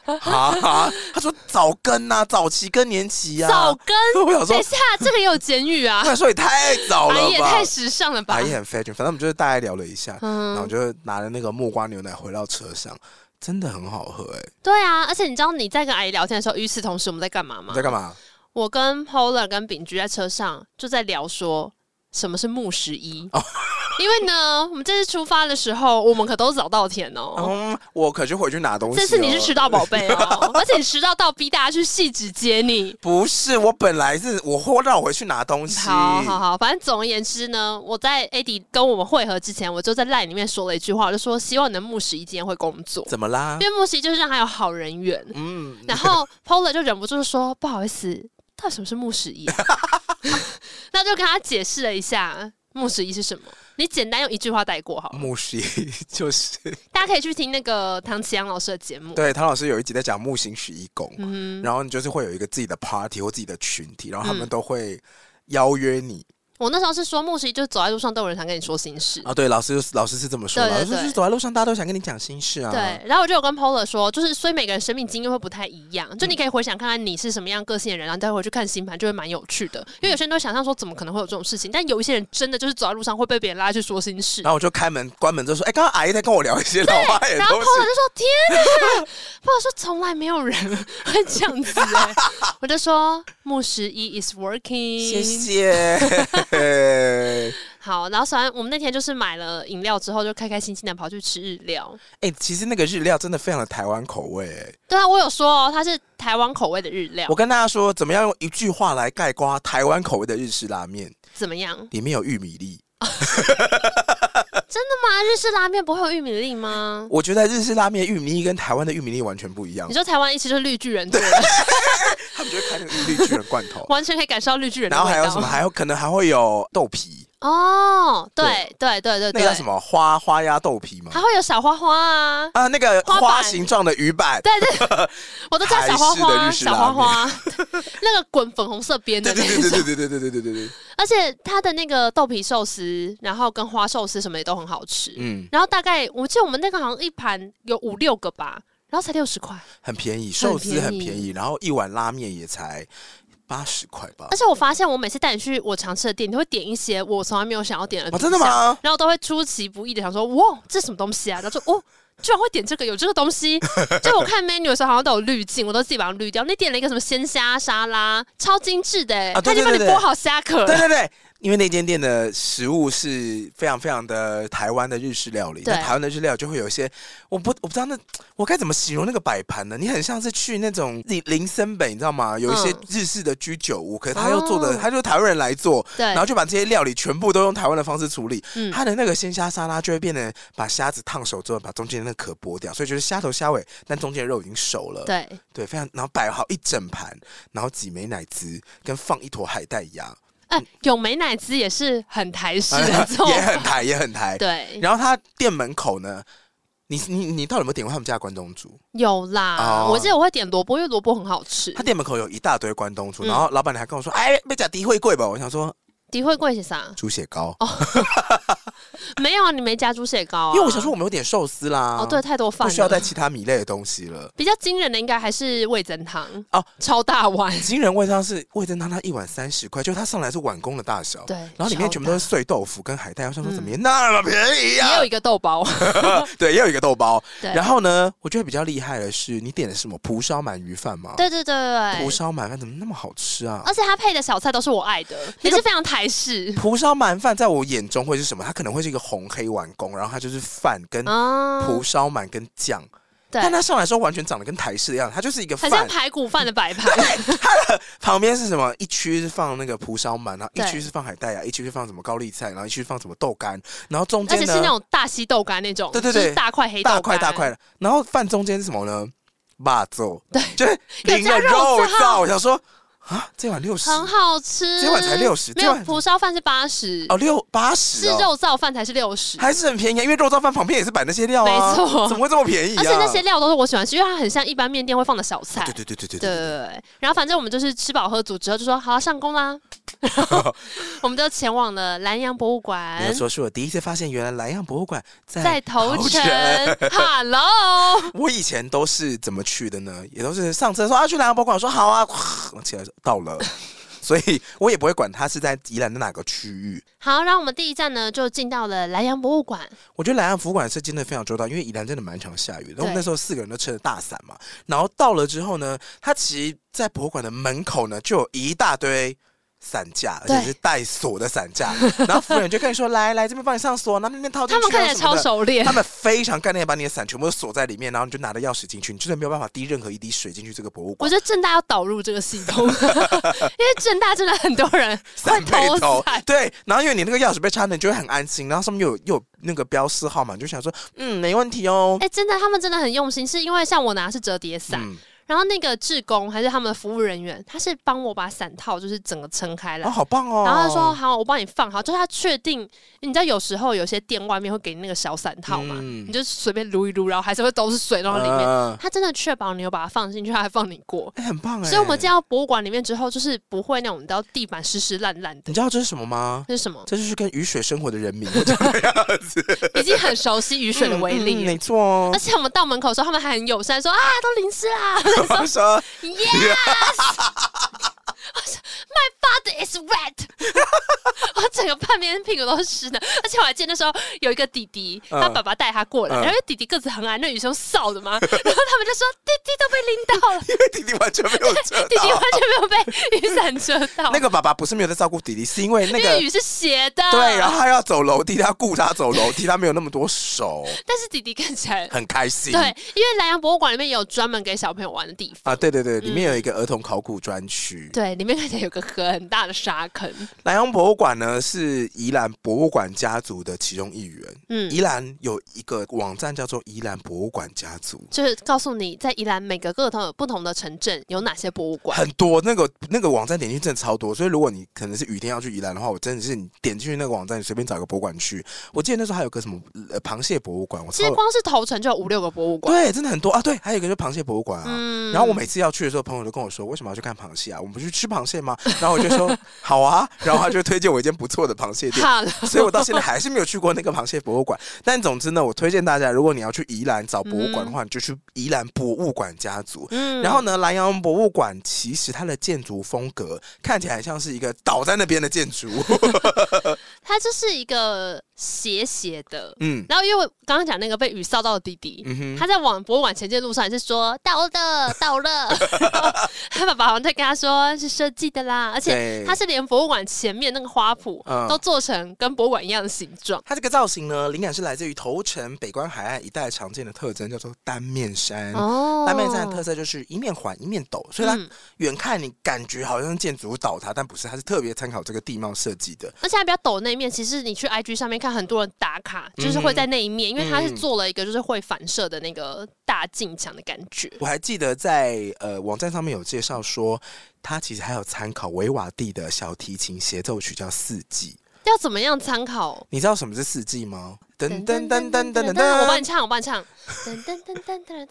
哦，
哈哈。”她说：“早更啊，早期更年期啊。”
早更
我想说
等一，下，这个也有监狱啊
我！想说也 太早
阿
了
姨哎也
吧。
太时尚了吧！
阿姨很 fashion，反正我们就是大概聊了一下，
嗯
然后就拿了那个木瓜牛奶回到车上，真的很好喝哎、
对啊，而且你知道你在跟阿姨聊天的时候，与此同时我们在干嘛吗
你在？干嘛？
我跟 Polar 跟秉居在车上就在聊说什么是木十一。因为呢，我们这次出发的时候，我们可都是早到田哦。
嗯，我可就回去拿东西。哦
这次你是迟？到宝贝 哦，而且你迟到到逼大家去戏子接你。
不是，我本来是我会让我回去拿东西。
好好好，反正总而言之呢，我在 AD 跟我们会合之前，我就在 LINE 里面说了一句话，我就说希望你的牧师一天会工作，
怎么啦？
因为牧师就是让他有好人缘。
嗯，
然后 Pola 就忍不住说：“不好意思，到底什么是牧师仪、啊？” 那就跟他解释了一下牧师仪是什么。你简单用一句话带过好了，
牧师就是
大家可以去听那个唐奇阳老师的节目。
对，唐老师有一集在讲木星十一宫，
嗯哼，
然后你就是会有一个自己的 party 或自己的群体，然后他们
嗯
都会邀约你。
我那时候是说牧师仪就是走在路上都有人想跟你说心事。
啊，对，老师老师是这么说，
嗯对对
老师就是
对
走在路上，大家都想跟你讲心事啊。
对，，然后我就有跟 Pola 说，就是所以每个人生命经验会不太一样，就
嗯
你可以回想看看你是什么样个性的人，然后再回去看星盘，就会蛮有趣的。因为有
嗯
些人都想象说怎么可能会有这种事情，但有一些人真的就是走在路上会被别人拉去说心 事。
然后我就开门关门就说，哎，刚刚阿姨在跟我聊一些老花眼的
然后 Pola
东
就
西。
说：“天哪！” 我说：“从来没有人会这样子、 欸。”我就说：“牧十一 is working。”
谢。 谢。
好，然后反正我们那天就是买了饮料之后，就开开心心的跑去吃日料。
哎、其实那个日料真的非常的台湾口味、哎
对啊，我有说哦，它是台湾口味的日料
我，跟大家说，怎么样用一句话来概括台湾口味的日式拉面？
怎么样？
里面有玉米粒。
真的吗？日式拉面不会有玉米粒吗？
我觉得日式拉面玉米粒跟台湾的玉米粒完全不一样
你，说台湾一吃就是绿巨人做的，，
他们就会开那个玉绿巨人罐头
完全可以感受到绿巨人的
然后
味
还有什么？
道。
还有可能还会有豆皮，
哦，对对对
那
对对，
个叫什？么花花鸭豆皮吗
还？会有小花花啊。
啊，那个
花
花
瓣
形状的鱼板，
对对， 我都叫小花
台
花，
式的日式拉面
小花花， 那个滚粉红色边 的
对
那
对对
种。
对对对对对对对对，
而且它的那个豆皮寿司，然后跟花寿司什么也都很好吃。
嗯，
然后大概我记得我们那个好像一盘有五六个吧，然后才六十块。
很便宜，寿司很
便宜
便宜，然后一碗拉面也才八十块吧
而，且我发现我每次带你去我常吃的店，你会点一些我从来没有想要点的、
啊，真的？吗？
然后都会出其不意的想说，哇，这什么东西啊？然后说，哦。居然会点这个，有这个 东西。就我看 menu 的时候，好像都有滤镜，我都自己把它滤掉。你点了一个什么鲜虾沙拉，超精致的、
啊
欸，他
对
已经帮你
对对对
剥好虾壳 了
对。对对，因为那间店的食物是非常非常的台湾的日式料理，
对
那台湾的日式料理就会有一些，我不我不知道那我该怎么形容那个摆盘呢？你很像是去那种林林森北，你知道吗？有一些
嗯
日式的居酒屋，可是他又做的，
哦
他就是台湾人来做，
对
然后就把这些料理全部都用台湾的方式处理，
嗯
它的那个鲜虾沙拉就会变成把虾子烫熟之后，把中间的那个壳剥掉，所以就是虾头虾尾，但中间的肉已经熟了。
对，
对，非常，然后摆好一整盘，然后挤美乃滋，跟放一坨海带芽，
哎、有美乃滋也是很台式 的做
哎也很
法，
台，也很台。
对，
然后他店门口呢，你你你到底有没有点过他们家的关东煮？
有啦。
哦
我记得我会点萝卜，因为萝卜很好吃
他。店门口有一大堆关东煮，
嗯
然后老板娘还跟我说：“哎，被假敌会贵吧？”我想说
迪会贵些啥？
猪血糕，
哦没有啊，你没加猪血糕啊？
因为我想说我们有点寿司啦，
哦，对，，太多饭
不需要
了
带。其他米类的东西了。
比较惊人的应该还是味增汤
哦，
超大 碗。
惊人味道是味噌汤，它一碗三十块，就它上来是碗公的大小，
对
然后里面
超
全部都是碎豆腐跟海带，我想说怎么也那么便宜
也
呀、
有一个豆 包，
对，也有一个豆包。
对，
然后呢，我觉得比较厉害的是，你点的是什么蒲烧鳗鱼饭吗？
对对对对
蒲
对，
烧鳗饭怎么那么好吃啊？
而且它配的小菜都是我爱的，也是非常台 式
蒲烧鳗饭在我眼中会是什么？它可能会是一个红黑丸工，然后它就是饭跟
啊，
蒲烧鳗跟酱，
对，
但它上来的时候完全长得跟台式一样，它就是一个
很像
饭，
排骨饭的摆盘，
旁边是什么？一区是放那个蒲烧鳗，然后一
对
区是放海带啊，一区是放什么高丽菜，然后一区是放什么豆干，然后中
而
间
且是
呢
那种大西豆干那种，
对对
就是
对
大块黑豆
大
干，
块大块，的，然后饭中间是什么呢？霸粥，
对，
就是淋了
有加肉燥
燥。我想说啊，这碗六十
很好吃。
这碗才60这
没有
碗
蒲烧饭是八十、
哦，六八十
是肉燥饭才是六十、
还是很便宜啊，因为肉燥饭旁边也是摆那些料啊，
没错
怎么会这么便宜啊？
而且那些料都是我喜欢吃，因为它很像一般面店会放的小菜。
对对对对对
对
对，
对对然后反正我们就是吃饱喝足之后就说好了上 工啦，然后我们就前往了南洋博物馆
没有，说是我第一次发现，原来莱阳博物馆在
在头城
城。
，Hello，
我以前都是怎么去的呢？也都是上车说啊去莱阳博物馆，我说好啊，我起来说到 了，所以我也不会管它是在宜兰的哪个区域。
好，然后我们第一站呢就进到了南洋博物馆，
我觉得莱阳博物馆设计真的非常周到，因为宜兰真的蛮常下雨的。然后我们
对
那时候四个人都撑着大伞嘛，然后到了之后呢，它其实在博物馆的门口呢就有一大堆伞架，而
对
且是带锁的伞架，然后服务员就跟你说：“来来，这边帮你上锁，那那边套进去啊。”
他们看起来
什么
超
的
熟 练
他，们非常干练，把你的伞全部都锁在里面，然后你就拿着钥匙进去，你真的没有办法滴任何一滴水进去这个博物
我
馆。
觉得正大要导入这个系统， 因为正大真的很多 人会
伞被
偷
偷
伞，
对，然后因为你那个钥匙被插了，你就会很安心，然后上面又有又有那个标示号码，你就想说，嗯，没问题哦
哎、。真的，他们真的很用心，是因为像我拿的是折叠伞，
嗯，
然后那个志工还是他们的服务人员，他是帮我把伞套就是整个撑开来，
哦，好棒哦。
然后他说好，我帮你放好，就是他确定，你知道有时候有些店外面会给你那个小伞套嘛，
嗯
你就随便撸一撸，然后还是会都是水弄到里面，
嗯
他真的确保你有把它放进去，他还放你过。
哎，很棒哎。
所以我们进到博物馆里面之后，就是不会那种你知道地板湿湿烂烂的
你，知道这是什么吗？
这是什么？
这就是跟雨水生活的人民
已经 很熟悉雨水的威力
嗯嗯
了。
没错哦
而。且我们到门口的时候，他们还很友善，说啊，都淋湿啦
我 说
，Yes，My body is wet 。我整个半边屁股都是湿的，而且我还记得那时候有一个弟弟，
嗯
他爸爸带他过来，
嗯
然后因为弟弟个子很矮，那雨是用扫的嘛，然后他们就说弟弟都被淋到了，
因为弟弟完全没有遮
弟弟完
到。
全没有被雨伞遮到，
那个爸爸不是没有在照顾弟弟，是因为那
因为
个
雨是斜的，
对，然后他要走楼梯，他顾他走楼梯，他没有那么多手，
但是弟弟看起来
很开心。
对，因为南洋博物馆里面也有专门给小朋友玩的地方。
啊，对对对，里面有一个儿童考古专区。
嗯对，里面看起来有个很大的沙坑。
莱昂博物馆呢是宜兰博物馆家族的其中一员。
嗯，
宜兰有一个网站叫做宜兰博物馆家族，
就是告诉你在宜兰每个各头有不同的城镇有哪些博物馆。
很多那个那个网站点进去真的超多，所以如果你可能是雨天要去宜兰的话，我真的是你点进去那个网站，你随便找一个博物馆去。我记得那时候还有个什么呃螃蟹博物馆，我
其
超
实光是头城就有五六个博物馆。
对，真的很多啊。对，还有一个就是螃蟹博物馆啊。
嗯
然后我每次要去的时候，朋友都跟我说：“为什么要去看螃蟹啊？我们不是去吃螃蟹吗？”然后我就 说：“好啊。”然后他就推荐我一间不错的螃蟹店，
好了，
所以我到现在还是没有去过那个螃蟹博物馆。但总之呢，我推荐大家，如果你要去宜兰找博物馆的话，你就去宜兰博物馆家族。
嗯
然后呢，南洋博物馆其实它的建筑风格看起来像是一个倒在那边的建 筑，
它就是一个斜斜的。
嗯
然后因为我刚刚讲那个被雨扫到的弟弟，
嗯哼，
他在往博物馆前进的路上也是说到了 到了，然后他爸爸好像在跟他说是设计的啦，而且
对
他是连博物馆前面那个花圃
嗯
都做成跟博物馆一样的形状。
它这个造型呢，灵感是来自于头城北关海岸一带常见的特征，叫做单面山。
哦
单嗯面山的特色就是一面环一面陡，所以它
嗯
远看你感觉好像是建筑物倒塌，但不是，它是特别参考这个地貌设计的。
而且它比较陡那一面，其实你去 IG 上面看，很多人打卡就是会在那一
嗯
面，因为它是做了一个就是会反射的那个大镜墙的感觉。
我还记得在呃网站上面有介绍说，它其实还有参考维瓦蒂的小提琴协奏曲叫《四季》，
要怎么样参考？
你知道什么是四季吗？噔
噔
噔
噔
噔噔
噔噔
噔噔
噔噔，我帮
噔
你，唱，我帮你唱。噔噔噔噔噔噔，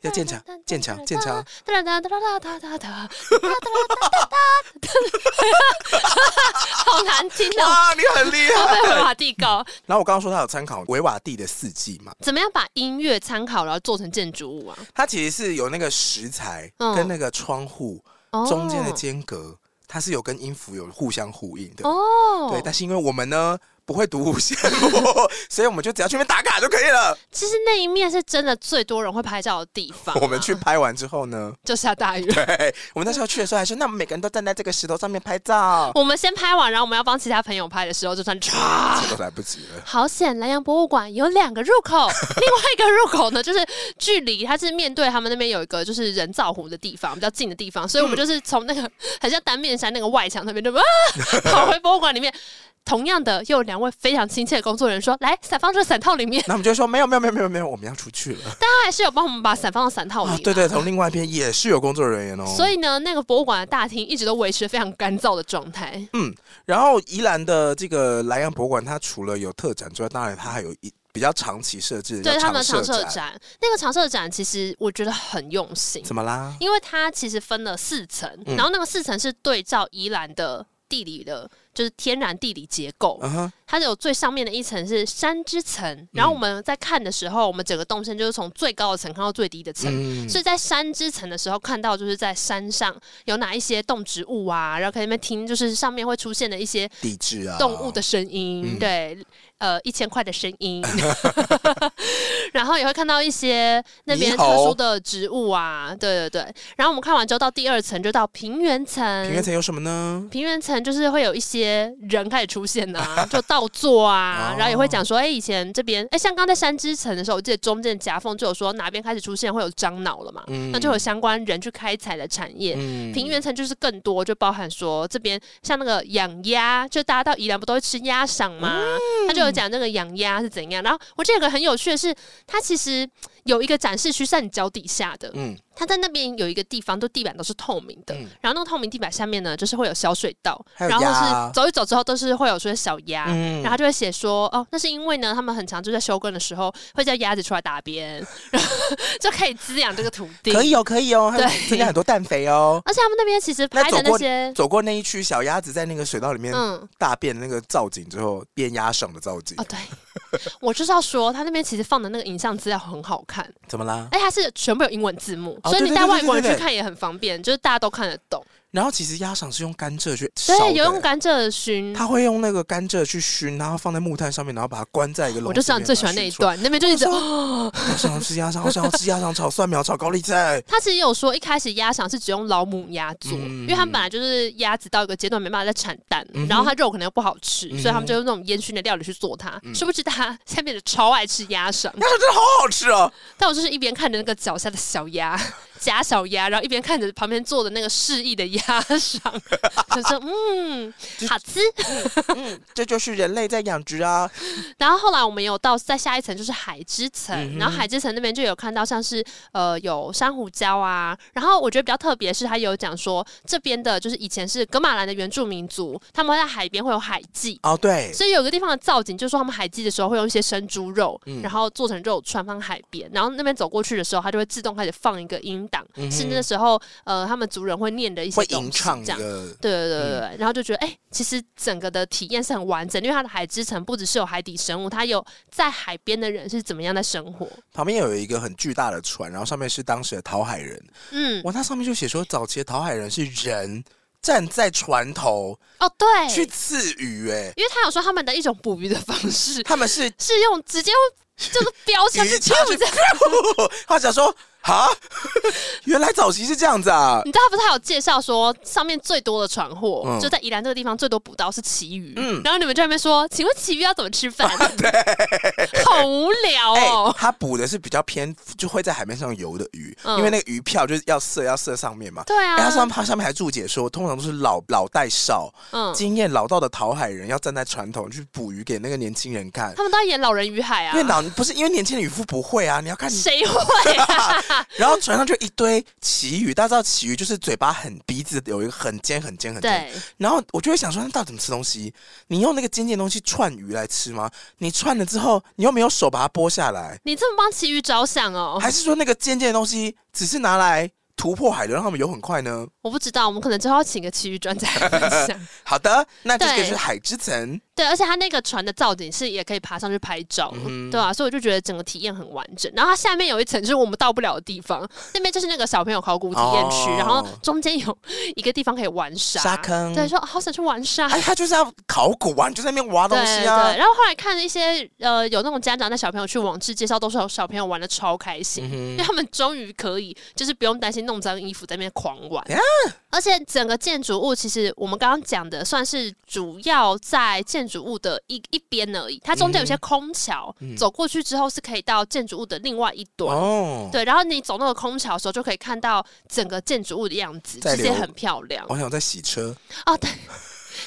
要建强建强建强，。
哒哒哒哒哒哒哒哒， 好难听哦，
哇，你很厉
会被
害！
维瓦蒂高。
然后我刚刚说它有参考维瓦蒂的《四季》嘛，
怎么样把音乐参考，然后做成建筑物啊？
它其实是有那个石材
嗯
跟那个窗户
哦
中间的间隔，它是有跟音符有互相呼应的。
哦，
对，但是因为我们呢不会读五线路，所以我们就只要去那边打卡就可以了。
其实那一面是真的最多人会拍照的地方、啊
我们去拍完之后呢，
就下大 雨。
对，我们那时候去的时候还说，那我们每个人都站在这个石头上面拍照，
我们先拍完，然后我们要帮其他朋友拍的时候，就算唰。
都来不及了。
好险！南洋博物馆有两个入 口，另外一个入口呢，就是距离它是面对他们那边有一个就是人造湖的地方，比较近的地方，所以我们就是从那个很像单面山那个外墙那边 就啊跑回博物馆里面。同样的，又有两位非常亲切的工作人员说：“来，伞放这伞套里面。
那我们就说没有没有没有没有没有，我们要出去了。”
他还是有帮我们把伞放到伞套里、
啊，对对，从另外一边也是有工作人员哦。
所以呢，那个博物馆的大厅一直都维持非常干燥的状态。
然后宜兰的这个莱阳博物馆，它除了有特展之外，当然它还有一比较长期设置的，
对
叫
他们的
长
长
设
设。展，那个长设展其实我觉得很用心，
怎么啦？
因为它其实分了四层，
嗯
然后那个四层是对照宜兰的地理的就是天然地理结构，
嗯哼，
它有最上面的一层是山之层，然后我们在看的时候，我们整个动线就是从最高的层看到最低的层。
嗯，
所以在山之层的时候，看到就是在山上有哪一些动植物啊，然后可以那边听，就是上面会出现的一些
地质啊，
动物的声音，
嗯
对，呃，一千块的声音， 然后也会看到一些那边
猕
特
猴
殊的植物啊，对对对。然后我们看完之后，到第二层就到平原层，
平原层有什么呢？
平原层就是会有一些人开始出现 啊，就倒坐啊
哦，
然后也会讲说，哎、以前这边，哎、像刚在山之城的时候，我记得中间的夹缝就有说哪边开始出现会有樟脑了嘛，
嗯
那就有相关人去开采的产业。
嗯
平原层就是更多，就包含说这边像那个养鸭，就大家到宜兰不都会吃鸭赏吗？
嗯
他就有讲那个养鸭是怎样。然后我记得有个很有趣的是，它其实有一个展示区是在你脚底下的，
嗯
它在那边有一个地方，就地板都是透明的，
嗯
然后那个透明地板下面呢，就是会有小水道，
还有
然后
鸭
是走一走之后都是会有些小鸭。
嗯
然后他就会写说，哦，那是因为呢，他们很常就在休耕的时候会叫鸭子出来打边，然后 就可以滋养这个土地。
可以哦，可以哦，还有
对
增加很多氮肥哦。
而且他们那边其实
那
拍
走
的那
过
些，
走过那一区小鸭子在那个水道里面
嗯，
大便的那个造景之后，变鸭省的造景
哦，，对，我就是要说，他那边其实放的那个影像资料很好看，
怎么啦？
哎，它是全部有英文字幕，
哦
所以
对
你
对
带
对
外
对
国人
对
去
对
看也很方便，就是大家都看得懂。
然后其实鸭赏是用甘蔗去烧的，
对，有用甘蔗熏，
他会用那个甘蔗去熏，然后放在木炭上面，然后把它关在一个笼子里面。
我就知道你最喜欢那一
把它
段，那边就一直。哦
哦熏出来。我想要吃鸭肠，我想要吃鸭肠炒蒜苗炒高丽菜。
他其实有说，一开始鸭场是只用老母鸭做，
嗯
因为他们本来就是鸭子到一个阶段没办法再产蛋，
嗯哼
然后它肉可能又不好吃，
嗯哼嗯
所以他们就用那种烟熏的料理去做它。殊不知他 下面的超爱吃鸭肠，
鸭肠真的好好吃哦！
但我就是一边看着那个脚下的小鸭 假小鸭，然后一边看着旁边坐的那个示意的鸭肠， 就说嗯好吃。
嗯，这就是人类在养殖啊。
然后后来我们有到再下一层就是海之层，
嗯哼
然后海之层那边就有看到像是呃有珊瑚礁啊，然后我觉得比较特别的是它有讲说这边的就是以前是格马兰的原住民族，他们会在海边会有海祭。
哦，对，
所以有一个地方的造景，就是说他们海祭的时候会用一些生猪肉，
嗯
然后做成肉串放海边，然后那边走过去的时候，它就会自动开始放一个音档，
嗯哼
是那时候呃他们族人会念的一些
会
东
吟
西
唱
这样。
的。嗯
对对对对对，然后就觉得哎、其实整个的体验是很完整，因为它的海之城不只是有海底生物，它有在海边的人是怎么样在生活。
旁边有一个很巨大的船，然后上面是当时的讨海人。
嗯，
哇，那上面就写说，早期的讨海人是人站在船头
哦对，
去刺鱼，哎，
因为他有说他们的一种捕鱼的方式
他们是 鱼
是用直接用就是标枪去
叉
跳
去
这样。
他想说，哈， 原来早期是这样子啊。
你知道他不是还有介绍说上面最多的船货、
嗯
就在宜兰这个地方最多捕到是旗鱼，
嗯
然后你们就在那边说，请问旗鱼要怎么 吃饭？好无聊
哎、
哦。
他捕的是比较偏，就会在海面上游的鱼，
嗯
因为那个鱼票就是要射要射上面嘛。
对啊，
哎、他上他上面还注解说，通常都是老老带少，
嗯，
经验老道的讨海人要站在船头去捕鱼给那个年轻人看，
他们都在演老人与海啊
因为，老不是因为年轻的渔夫不会啊，你要看
谁会啊？
然后船上就一堆旗鱼，大家知道旗鱼就是嘴巴很鼻子有一个很尖很尖很尖。
对。
然后我就会想说，那到底怎么吃东西？你用那个尖尖的东西串鱼来吃吗？你串了之后，你又没有手把它剥下来，
你这么帮奇鱼着想哦，
还是说那个尖尖的东西只是拿来突破海流，让他们游很快呢？
我不知道，我们可能之后要请个奇鱼专家来分享。
好的，那这个
对
就是海之层。
对，而且它那个船的造景是也可以爬上去拍照，
嗯
对啊，所以我就觉得整个体验很完整。然后它下面有一层就是我们到不了的地方，那边就是那个小朋友考古体验区，
哦
然后中间有一个地方可以玩沙
沙坑
对，说哦好想去玩沙。
哎，他就是要考古啊，你就在那边挖东
对
西
对，
啊。
然后后来看了一些呃，有那种家长带小朋友去网志介绍，都是有小朋友玩的超开心，
嗯
因为他们终于可以就是不用担心弄脏衣服在那边狂玩。
呀
而且整个建筑物其实我们刚刚讲的算是主要在建筑物的一一边而已，它中间有些空桥，走过去之后是可以到建筑物的另外一
嗯
端。
哦，
对，然后你走那个空桥的时候，就可以看到整个建筑物的样子，
在
其实也
流
很漂亮。
我想在洗车，
哦，对。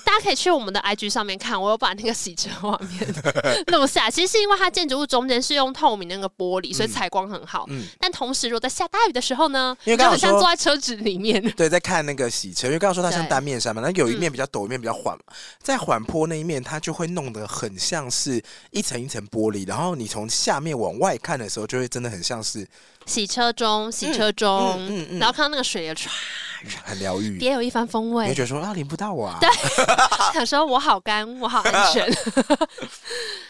大家可以去我们的 IG 上面看，我有把那个洗车画 面录下来。其实是因为它建筑物中间是用透明的那个玻璃，所以采光很好。
嗯
但同时，如果在下大雨的时候呢，
因为
就
刚好
很像
说
坐在车子里面。
对，在看那个洗车，因为刚刚说它像
对
单面山嘛，那有一
嗯
面比较陡，一面比较缓嘛，在缓坡那一面，它就会弄得很 像是一层一层玻璃，然后你从下面往外看的时候，就会真的很像是
洗车钟，洗车钟，
嗯嗯嗯
然后看到那个水流唰，
很疗愈。
别有一番风
你
味
会。觉得说啊，淋不到我啊？
想说我好干，我好安 全。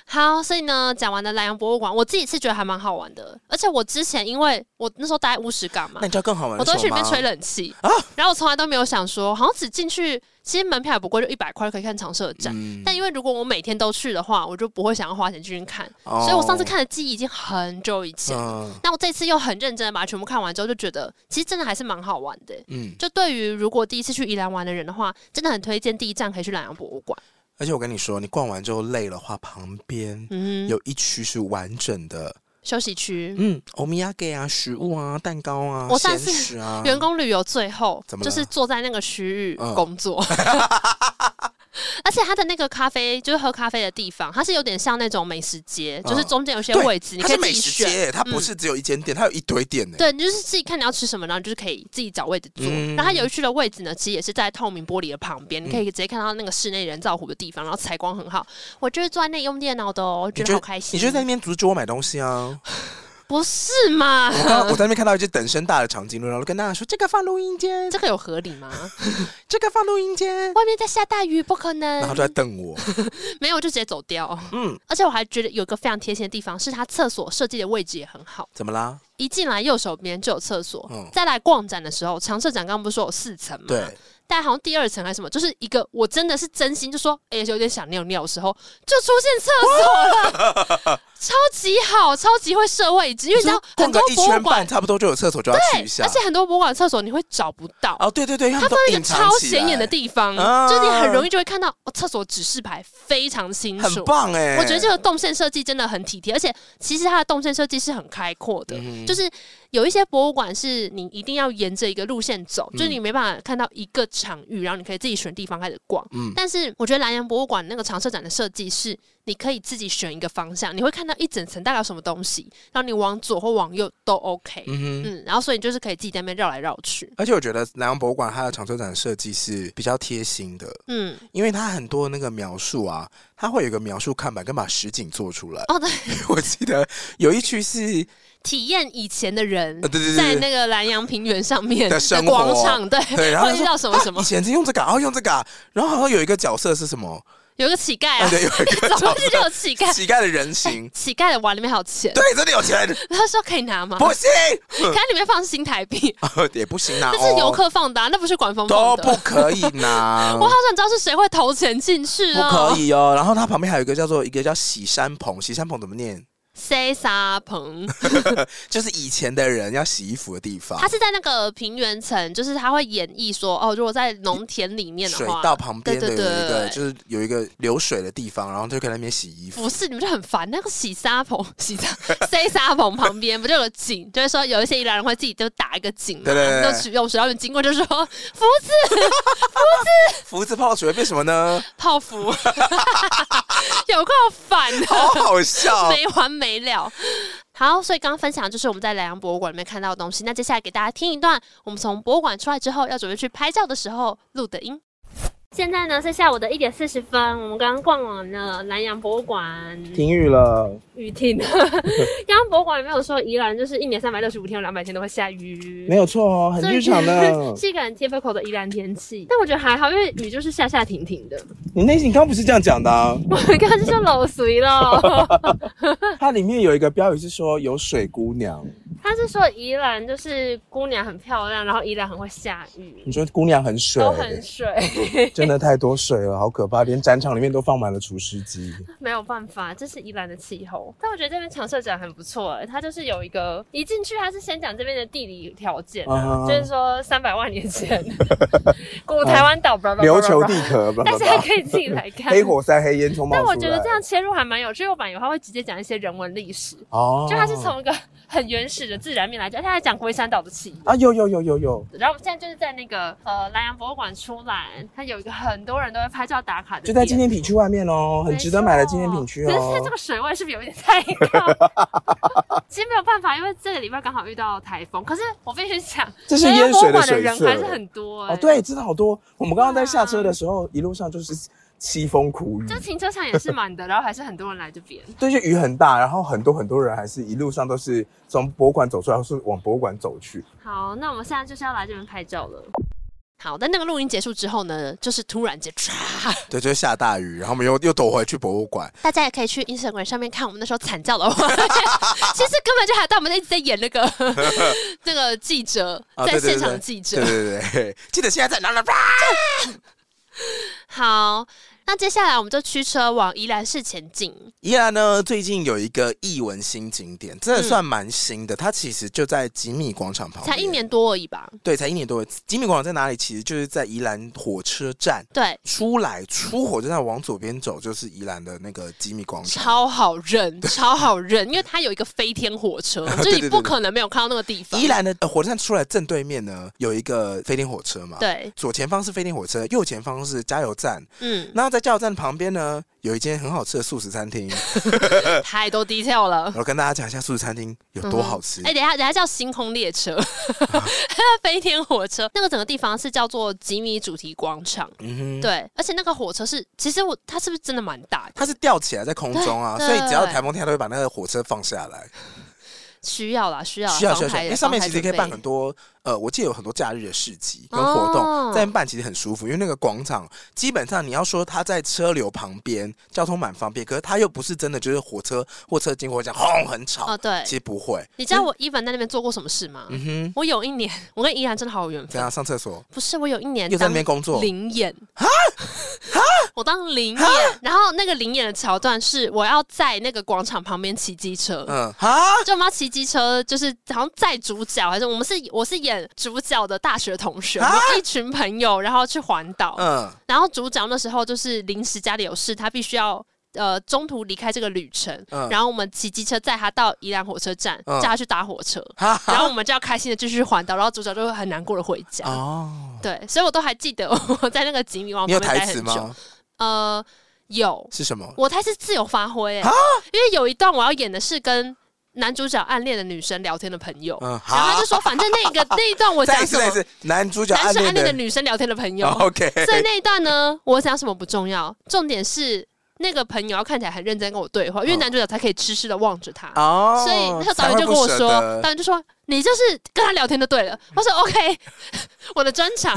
好，所以呢，讲完了南洋博物馆，我自己是觉得还蛮好玩的。而且我之前因为我那时候待在乌石港嘛
那，你知道更好玩
我
的
都
是
会去
什
里
么吗？啊
面吹冷气，然后我从来都没有想说，好像只进去，其实门票也不贵，就一百块可以看长社展。
嗯
但因为如果我每天都去的话，我就不会想要花钱进去看，
哦
所以我上次看的记忆已经很久以前。
嗯
那我这次又很认真的把它全部看完之后，就觉得其实真的还是蛮好玩的。
嗯，
就对于如果第一次去宜兰玩的人的话，真的很推荐第一站可以去南洋博物馆。
而且我跟你说，你逛完之后累了的话，旁边
嗯，
有一区是完整的，
休息区。
嗯，欧米亚给啊，食物啊，蛋糕啊，
我上
咸
次
食啊，
员工旅游最后
怎么
就
了
是坐在那个区域
嗯
工作，而且它的那个咖啡就是喝咖啡的地方，它是有点像那种美食街，
嗯
就是中间有些
对
位置你
它
可以
是
自
美
己
食
选。
街，它不
嗯
是只有一间店，它有一堆店呢。
对，你就是自己看你要吃什么，然后你就是可以自己找位置坐。
嗯
然后它有一区的位置呢，其实也是在透明玻璃的旁边，你可以直接看到那个室内人造湖的地方，然后采光很好。我就是坐在那里用电脑的哦，觉
你就
得好开心。
你就在那边阻止我买东西啊！
不是嘛
我？刚 刚我在那边看到一只等身大的长颈鹿，然后跟大家说：“这个放录音间，
这个有合理吗？
这个放录音间。
外面在下大雨，不可”能。
然后就在瞪我。
没有，我就直接走掉。
嗯，
而且我还觉得有一个非常贴心的地方，是它厕所设计的位置也很好。
怎么啦？
一进来右手边就有厕所，
嗯
再来逛展的时候，长社展刚刚不是说有四层吗？
对，
但好像第二层还是什么，就是一个我真的是真心就说，哎、有点想尿尿的时候，就出现厕所了， 超级好，超级会设位置，因为你知道
逛
很
个
多
一
博物
圈
馆
半，，差不多就有厕所，就要
对
去一下
而。且很多博物馆厕所你会找不到。
哦，对对对，因为
它
们
放
都
在一
隐
个
藏
超
起
显眼的
来，
地方，
啊
就是你很容易就会看到哦厕、所指示牌非常清楚，
很棒哎！
我觉得这个动线设计真的很体贴，而且其实它的动线设计是很开阔的，
嗯
就是有一些博物馆是你一定要沿着一个路线走，
嗯
就是你没办法看到一个场域，然后你可以自己选地方开始逛。
嗯
但是我觉得南洋博物馆那个常设展的设计是，你可以自己选一个方向，你会看到一整层大概有什么东西，然后你往左或往右都 OK，
嗯
嗯
哼。
然后所以你就是可以自己在那边绕来绕去，
而且我觉得南洋博物馆它的长车展设计是比较贴心的，
嗯，
因为它很多那个描述啊，它会有一个描述看板，跟把实景做出来。
哦对，
我记得有一区是
体验以前的人
呃对对对
在
对
那个南洋平原上面
的生活
广场，对，
对，然后
会
他
遇到
说
什么什么
以。前是用这个啊，然后用这个啊，然后好像有一个角色是什么？
有一个乞丐
啊，
啊，
对，有一个
总
角
之就
色
有乞 丐，
乞丐的人形，
乞丐的碗里面还有钱，
对，真的有 钱，
他说可以拿吗？
不行，
可它里面放的是新台币，
也不行啊，
那是游
哦
客放的啊、那不是管风
都
放
不
的。
可以拿
我。好想知道是谁会投钱进去
不
哦。
可以哦，然后它旁边还有一个叫做一个叫喜山棚，喜山棚怎么念？
塞沙 棚，
就是以前的人要洗衣服的地方
它，是在那个平原层，就是它会演绎说，哦，如果在农田里面的
水
话，
道旁边的有
对
一
对对
个，
对
就是有一个流水的地方，然后就可以在那边洗衣服。
不是你们就很烦。那个洗沙棚、 洗沙塞沙棚旁边不就有个井？就是说有一些宜兰人会自己就打一个井嘛，
对对对对
就使用水，然后你经过就说服
福字泡到水会变什么 呢？
泡芙，有够烦的。
好好笑。
没完没了。好，所以刚刚分享的就是我们在莱阳博物馆里面看到的东西。那接下来给大家听一段我们从博物馆出来之后要准备去拍照的时候录的音。现在呢是下午的一点四十分，我们刚刚逛完了南洋博物馆
停雨了，
雨停。南洋博物馆里面有说宜兰就是一年三百六十五天有两百天都会下雨，
没有错哦，很
所以
日常的。
是一个很 typical 的宜兰天气。但我觉得还好，因为雨就是下下停停的。
你内心刚不是这样讲的、啊，
我们刚刚就说漏 水了。
它里面有一个标语是说有水姑娘，
他是说宜兰就是姑娘很漂亮，然后宜兰很会下雨
你，说姑娘很水
都，很水，
真的太多水了，好可怕，连展场里面都放满了除湿 机。
没有办法，这是宜兰的气候。但我觉得这边长社展很不错、欸，它就是有一个一进去，它是先讲这边的地理条件、啊
啊
就是说三百万 年前古台湾岛，blah blah blah blah blah
啊琉球地壳，blah blah
但
blah
是还可以自己来看。
黑火山黑烟囱冒
但
出来。
我觉得这样切入还蛮有趣，因为我版有它会直接讲一些人文历史，
哦，
就它是从一个很原始的自然面来讲，而且它还讲龟山岛的起源。
啊，有有有有有，
然后我们现在就是在那个呃南洋博物馆出来，它有一个很多人都会拍照打卡的，
就在纪。念品区外面哦，很值得买的纪念品区
没错可是
哦
这。个水位是不是有一点太高？ 其实没有办法，因为这个礼拜刚好遇到台风。可是我必须讲，
这是淹水的水色哦
南洋博物馆的人还是很多、欸。
哦，对，真的好多。我们刚刚在下车的时候，一路上就是凄风苦雨
就，停车场也是满的，然后还是很多人来这边。
对，就雨很大，然后很多很多人还是一路上都是从博物馆走出来，或是往博物馆走去。
好，那我们现在就是要来这边拍照了。
好，但那个录音结束之后呢，就是突然间唰，
对，就是下大雨，然后我们又又躲回去博物馆，
大家也可以去 Instagram 上面看我们那时候惨叫的画面。 其实根本就还当我们在一直在演那个 那个记者
啊
在
对对
现
对
场
对
的记者
对。对对对，记得现在在哪哪 吧。
好，那接下来我们就驱车往宜兰市前进。
宜兰呢，最近有一个艺文新景点，真的算蛮新的。它其实就在吉米广场旁边，
才一年多而已吧？
对，才一年多。吉米广场在哪里？其实就是在宜兰火车站
对，
出来，出火车站往左边走就是宜兰的那个吉米广场。
超好 认，超好认，因为它有一个飞天火车，就
对
你
对
不
对
可能没有看到那个地方。
宜兰的、呃火车站出来正对面呢，有一个飞天火车嘛。。
对，
左前方是飞天火车，右前方是加油站。
嗯，
那在加油站旁边呢，有一间很好吃的素食餐 厅。
太多 detail 了。
我跟大家讲一下素食餐厅有多好吃。
哎、等一下，等一下叫星空 列车， 飞天火车，那个整个地方是叫做吉米主题广场。
嗯哼，
对，而且那个火车是，其实我它是不是真的蛮大的？
它是吊起来在空中啊，
对
所以只要
对
台风天，它都会把那个火车放下来。
需要啦，需要啦
需要需
防
要需要，
台
因为上面
防
其
台
实可以
准
办
备
很多，呃，我记得有很多假日的市集跟活动，
哦
在那边办其实很呃舒服，因为那个广场基本上你要说它在车流旁边，交通蛮方便，可是它又不是真的就是火车或车经过这样轰很吵，
哦，对
其，实不会。
你知道我 even 在那边做过什么事吗？
嗯哼，
我有一年，我跟依然真的好有缘
怎
分
样。上厕所
不是，我有一年
又在那边
当
工作？
灵演啊 我当灵演，然后那个灵演的桥段是我要在那个广场旁边骑机车。
嗯哈，
就我们要骑机车，就是好像载主角，还是我们是我是演主角的大学同学，我们一群朋友，然后去环岛，
嗯
然后主角那时候就是临时家里有事，他必须要呃中途离开这个旅程，
嗯
然后我们骑机车载他到宜兰火车站，
嗯
叫他去搭火车，
哈哈
然后我们就要开心的继续环岛，然后主角就会很难过的回家。
哦，
对，所以我都还记得我在那个吉米王
你有
旁边
台
待
词
很久。
吗？
呃，有，
是什么？
我台词自由发挥、欸，因为有一段我要演的是跟男主角暗恋的女生聊天的朋友，
嗯，
然后他
好
就，说，反正 那个那一段我
再
讲
一
什
次再一
么，
次，男主角
男
暗
生
恋
暗恋的
的
女生聊天的朋友。
哦，OK，
所以那一段呢，我讲什么不重要，重点是那个朋友要看起来很认真跟我对话，因为
嗯
男主角才可以痴痴的望着他。
哦，
所以那时候导演就跟我
才会不舍
说，
得
导演就说你就是跟他聊天就对 了。我说 OK，我的 专长。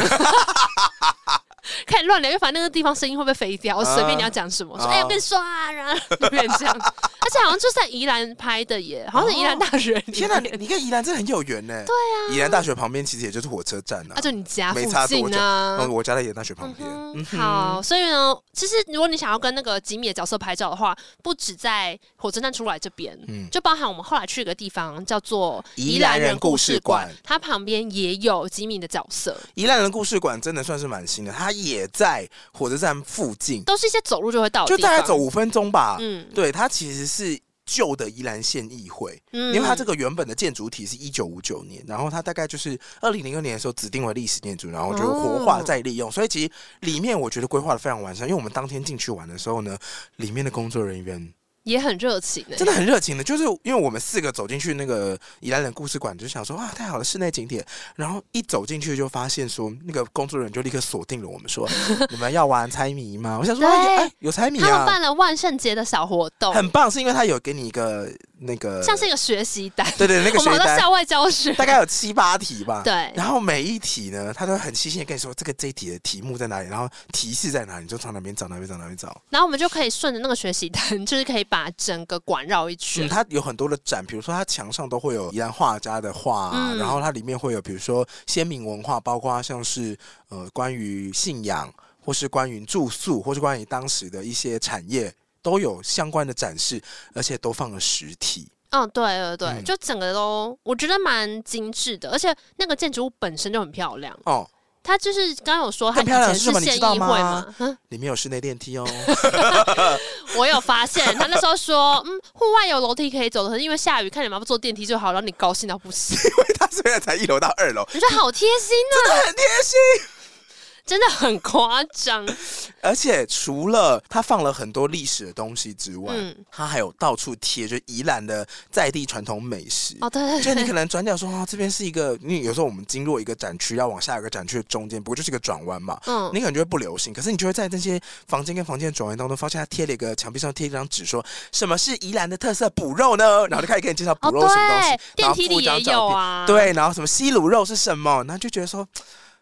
可以乱聊，因为反正那个地方声音会不会飞掉，我随便你要讲什么，我说
啊
哎、我跟你说啊，然后 就变这样，而且好像就是在宜兰拍的耶，好像是宜兰大学里面。
啊天哪、你你跟宜兰真的很有缘呢、对啊，宜兰大学旁边其实也就是火车站啊。
啊，就你家附
没差多
近
久
啊，
嗯，我家在宜兰大学旁边。
嗯哼，好，所以呢，其实如果你想要跟那个吉米的角色拍照的话，不止在火车站出来这边，
嗯
就包含我们后来去一个地方叫做
宜兰人故事馆
它旁边也有吉米的角色，
宜兰人故事馆真的算是蛮新的，它也在火车站附近，
都是一些走路就会到的
就
地方，
大概走五分钟吧。
嗯
对，它其实是旧的宜兰县议会，
嗯
因为它这个原本的建筑体是一九五九年，然后它大概就是二零零二年的时候指定为历史建筑，然后就
哦
活化再利用，所以其实里面我觉得规划的非常完善。因为我们当天进去玩的时候呢，里面的工作人员
也很热情欸诶、
真的很热情的，就是因为我们四个走进去那个宜兰人故事馆，就想说哇，啊太好了，室内景点。然后一走进去就发现说，那个工作人员就立刻锁定了我们 说，你们要玩猜谜吗？我想说，
对
哎有哎，有猜谜
他们
啊，
办了万圣节的小活动，
很棒，是因为他有给你一个那个，
像是一个学习单，
对对那个
我
学
们好像
单，啊
校外教学，
大概有七八题吧。
对，
然后每一题呢，他都很细心的跟你说这个这一题的题目在哪里，然后提示在哪里，你就从哪边找哪边找哪边找。
然后我们就可以顺着那个学习单，就是可以把整个馆绕一圈
嗯，。它有很多的展，比如说它墙上都会有宜兰画家的画、啊，
嗯
然后它里面会有比如说先民文化，包括像是呃关于信仰，或是关于住宿，或是关于当时的一些产业。都有相关的展示，而且都放了实体。
嗯，对对对，
嗯
就整个都我觉得蛮精致的，而且那个建筑物本身就很漂亮。
哦，
它就是刚刚有说它
更
以
漂亮
前
的是什么你
县
知
议
道
会
吗
嘛，嗯
里面有室内电梯哦。
我有发现，他那时候说，嗯，户外有楼梯可以走，可是因为下雨，看你们要不坐电梯就好，然后你高兴到不行，
它虽然才一楼到二楼，
我觉得好贴心
真的很贴心。
啊！真的很夸张。
而且除了它放了很多历史的东西之外，
嗯
它还有到处贴就是宜兰的在地传统美食。
哦，对对
就
对，
你可能转角说啊、这边是一个，因为有时候我们经过一个展区，要往下一个展区的中间，不过就是一个转弯嘛。
嗯
你可能就会不留心，可是你就会在那些房间跟房间的转弯当中，发现他贴了一个墙壁上贴一张纸说，什么是宜兰的特色补肉呢？然后就开始给你介绍补
哦
肉什么东西，
对，
然
电
后
梯
附
里
一张
也
照
有
片
啊，。
对，然后什么西卤肉是什么，然后就觉得说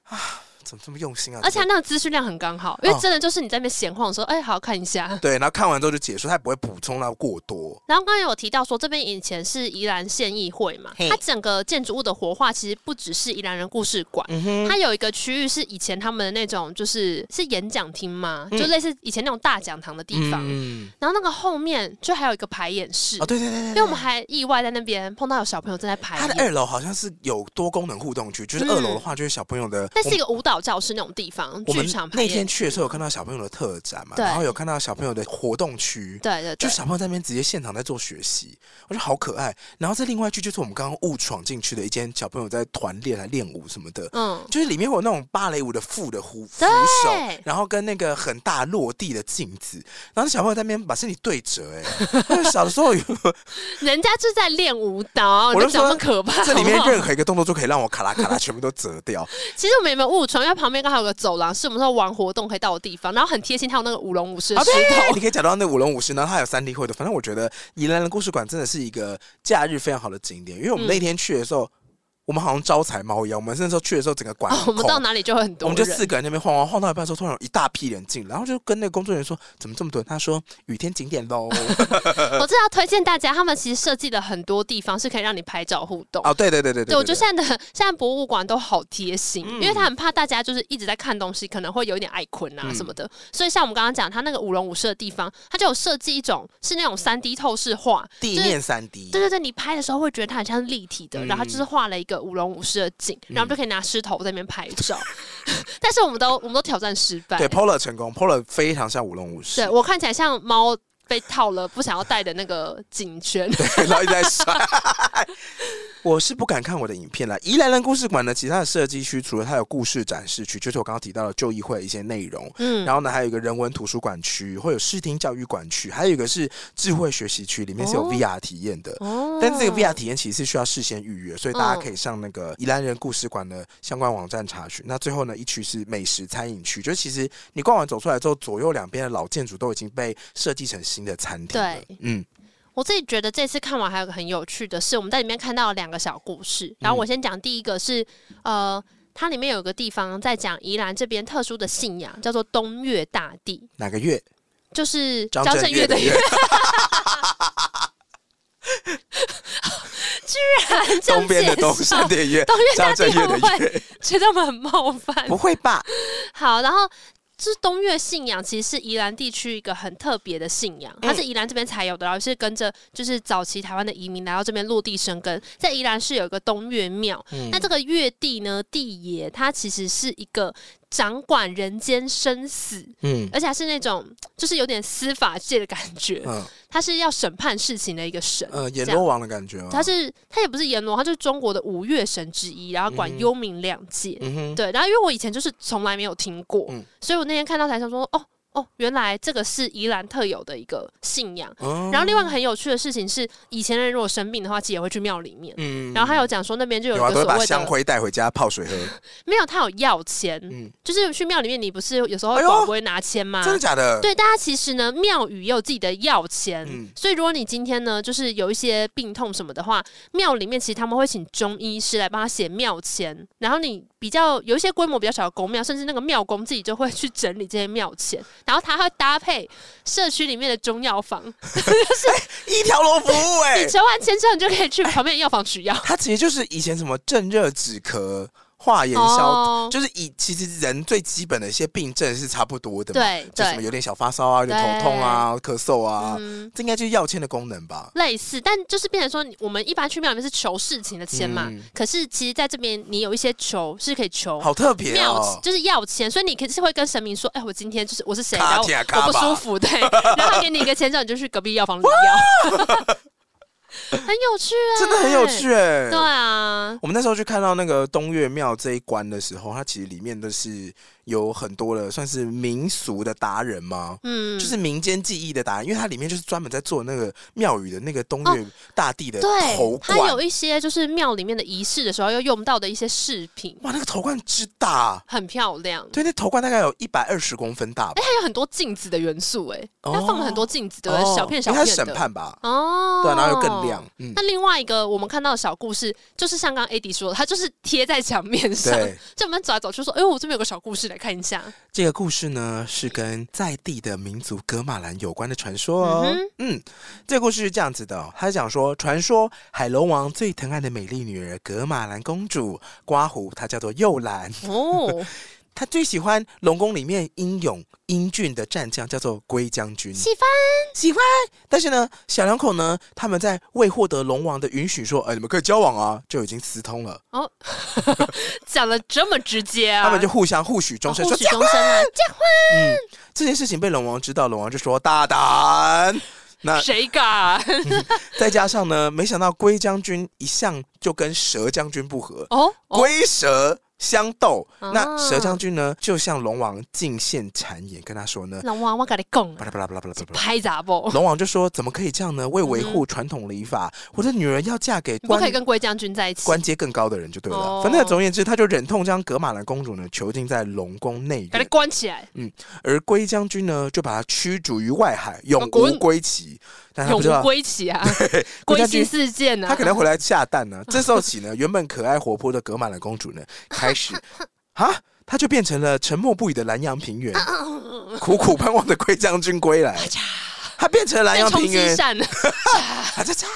啊，怎么这么用心啊？
而且它
这个
那个资讯量很刚好，因为
哦
真的就是你在那边闲晃的时候，哎、好看一下。
对，然后看完之后就结束，他也不会补充到过多。
然后刚才有提到说，这边以前是宜兰县议会嘛，
嘿
它整个建筑物的活化其实不只是宜兰人故事馆，
嗯哼，
它有一个区域是以前他们的那种就是是演讲厅嘛，
嗯
就类似以前那种大讲堂的地方。
嗯，
然后那个后面就还有一个排演室，
哦，对对对对，
因为我们还意外在那边碰到有小朋友正在排
它的哎
演。
二楼好像是有多功能互动区，就是
嗯
二楼的话就是小朋友的，
那是一个舞蹈教室那种地方，
我
剧
们
场排
那
演嗯
天。去的时候有看到小朋友的特展嘛，
对
然后有看到小朋友的活动区。
对对
就
对，
小朋友在那边直接现场在做学习，我觉得好可爱。然后再另外一句就是我们刚刚误闯进去的一间小朋友在团练来练舞什么的，
嗯，
就是里面会有那种芭蕾舞的副的扶扶
对
手，然后跟那个很大落地的镜子，然后小朋友在那边把身体对折、哎， 我小的时候有
人家就在练舞蹈，
我
你
就
们讲
说
哦那么可怕。哦
这里面
好不好
任何一个动作就可以让我卡拉卡拉全部都折 掉，
其实我们也没有误闯，因为旁边刚好有个走廊，是我们说玩活动可以到的地方，然后很贴心，它有那个舞龙舞狮的
哦
石头。
啊你可以讲到那舞龙舞狮，然后还有三 D 绘的。反正我觉得宜兰的故事馆真的是一个假日非常好的景点，因为我们
嗯
那天去的时候，我们好像招财猫一样。我们那时候去的时候，整个馆
哦，我
很
们
空
到哪里就会很
我
多
们就
人，
四个人在那边晃晃晃到一半的时候，突然有一大批人进，来，然后就跟那个工作人员说：“怎么这么多人？”他说：“雨天景点喽。
我真的要推荐大家，他们其实设计了很多地方是可以让你拍照互”动。
哦，对对对对
对，
对，嗯
我觉得现在的现在博物馆都好贴心，因为他很怕大家就是一直在看东西，可能会有一点爱困啊
嗯
什么的。所以像我们刚刚讲，它那个舞龙舞狮的地方，它就有设计一种是那种三 D 透视画，
地
就是
面三 D，
对对对，你拍的时候会觉得它很像是立体的，
嗯
然后它就是画了一个舞龙舞狮的景，然后我们就可以拿狮头在那边拍照。 但是我们都我们都挑战失败，
对 Polar 成功，Polar 非常像舞龙舞狮
对，我看起来像猫被套了不想要戴的那个 颈圈。
然后一直在甩。我是不敢看我的影片了。宜兰人故事馆呢，其他的设计区除了它有故事展示区，就是我刚刚提到的旧议会的一些内容，
嗯，
然后呢，还有一个人文图书馆区，会有视听教育馆区，还有一个是智慧学习区，里面是有
哦
VR 体验的。
哦
但是这个 VR 体验其实是需要事先预约，所以大家
嗯
可以上那个宜兰人故事馆的相关网站查询。那最后呢，一区是美食餐饮区，就是其实你逛完走出来之后，左右两边的老建筑都已经被设计成新的餐厅了。
对
嗯，
我自己觉得这次看完还有个很有趣的是，我们在里面看到了两个小故事。然后
嗯
我先讲第一个是，呃，它里面有个地方在讲宜兰这边特殊的信仰，叫做东岳大帝，
哪个月？
就是
张震岳的
岳
岳，
居然这样
东边的
介
东，
绍
山的岳，
东岳大
张震
帝
岳的
会不会
岳，
觉得我们很冒犯？
不会吧？
好，然后。就是东岳信仰，其实是宜兰地区一个很特别的信仰，它是
嗯
宜兰这边才有的，然后是跟着就是早期台湾的移民来到这边落地生根，在宜兰是有一个东岳庙，
嗯
那这个月帝呢，帝爷他其实是一个掌管人间生死，
嗯
而且还是那种就是有点司法界的感觉，
嗯
他是要审判事情的一个神。
呃，阎
这样
罗王的感觉吗？
他是他也不是阎罗，他就是中国的五岳神之一，然后管
嗯
幽冥两界。
嗯哼，
对，然后因为我以前就是从来没有听过，
嗯
所以我那天看到台上说，哦哦，原来这个是宜兰特有的一个信仰。
哦
然后另外一个很有趣的事情是，以前的人如果生病的话，其实也会去庙里面。
嗯
然后还有讲说那边就有一
有啊，
个
都会
所
把
谓
香
的，
灰带回家泡水喝。
没有他有药签，
嗯，
就是去庙里面你不是有时候
哎呦
保不会拿签吗？
真的假的？，
啊对，大家其实呢，庙宇也有自己的药签，
嗯
所以如果你今天呢，就是有一些病痛什么的话，庙里面其实他们会请中医师来帮他写庙签，然后你比较有一些规模比较小的公庙，甚至那个庙公自己就会去整理这些庙签，然后他会搭配社区里面的中药房，
一条龙 服务哎、
你求完签之后，你就可以去旁边的药房取 药。
它其实就是以前什么镇热止咳、化炎消，
哦
就是以其实人最基本的一些病症是差不多的嘛，
对
就什么
对，
有点小发烧啊、有点头痛啊、咳嗽啊，
嗯。
这应该就是药签的功能吧？
类似，但就是变成说你，我们一般去庙里面是求事情的签嘛，
嗯
可是其实在这边你有一些求是可以求
好特别
庙
哦，
就是要钱，所以你可是会跟神明说，哎、我今天就是我是谁，
卡
然后
贴
我
卡
不
吧
舒服，对，然后他给你一个签证，你就去隔壁药房领药。很有趣啊，
真的很有。趣哎、
对啊，
我们那时候去看到那个东岳庙这一关的时候，它其实里面都是有很多的算是民俗的达人吗？
嗯，
就是民间技艺的达人，因为它里面就是专门在做那个庙宇的那个东岳大帝的头
哦对，它
冠，
有一些就是庙里面的仪式的时候要用到的一些饰品，
哇，那个头冠之大，
很漂亮。
对，那头冠大概有一百二十公分大吧
哎，，还有很多镜子的元素，哎，
哦
它放了很多镜子，对不
哦
对？小片小
因为它
片
是审
的。
判吧，
哦，
对啊，然后又更亮。，嗯
那，另外一个我们看到的小故事，就是像刚刚 AD 说的，它就是贴在墙面上，
对，
就我们走来走去说，哎、呦，我这边有个小故事，来看一下。
这个故事呢，是跟在地的民族格马兰有关的传说哦。
嗯
嗯这个故事是这样子的哦、他讲说，传说海龙王最疼爱的美丽女儿格马兰公主，刮胡她叫做幼兰，
哦，
她最喜欢龙宫里面英勇英俊的战将，叫做龟将军。
喜欢
喜欢。但是呢，小两口呢，他们在未获得龙王的允许，说，哎，你们可以交往啊，就已经私通了。
讲的这么直接啊，
他们就互相互许终
哦
身，
互
说
许终身啊，这
嗯，这件事情被龙王知道，龙王就说大胆。那
样谁啊敢？
再加上呢，没想到龟将军一向就跟蛇将军不和，
哦，哦
龟蛇相斗。
啊
那蛇将军呢，就向龙王进献谗言，跟他说呢，
龙王我跟你讲啊
巴，拉巴拉巴拉巴拉巴拉。
拍杂不？
龙王就说：“怎么可以这样呢？为维护传统礼法，我的女儿要嫁给
你不
官
可以跟龟将军在一起，
官阶更高的人就对了。
哦
反正总而言之，他就忍痛将格马兰公主呢囚禁在龙宫内
给你
院，
关起来，
而龟将军呢就把她驱逐于外海，永
哦滚
无归期。但哎他
永
不知
无
道，
归期 啊，
龟
归
将
心
军
似箭啊。
他可能回来下蛋 呢。这时候起呢，原本可爱活泼的格马兰公主呢，开 始啊，她就变成了沉默不语的南洋平
嗯
原，苦苦盼望着龟将军归来。她变成了南
变
洋
啊冲
平
击
原，
扇，
啊嚓嚓！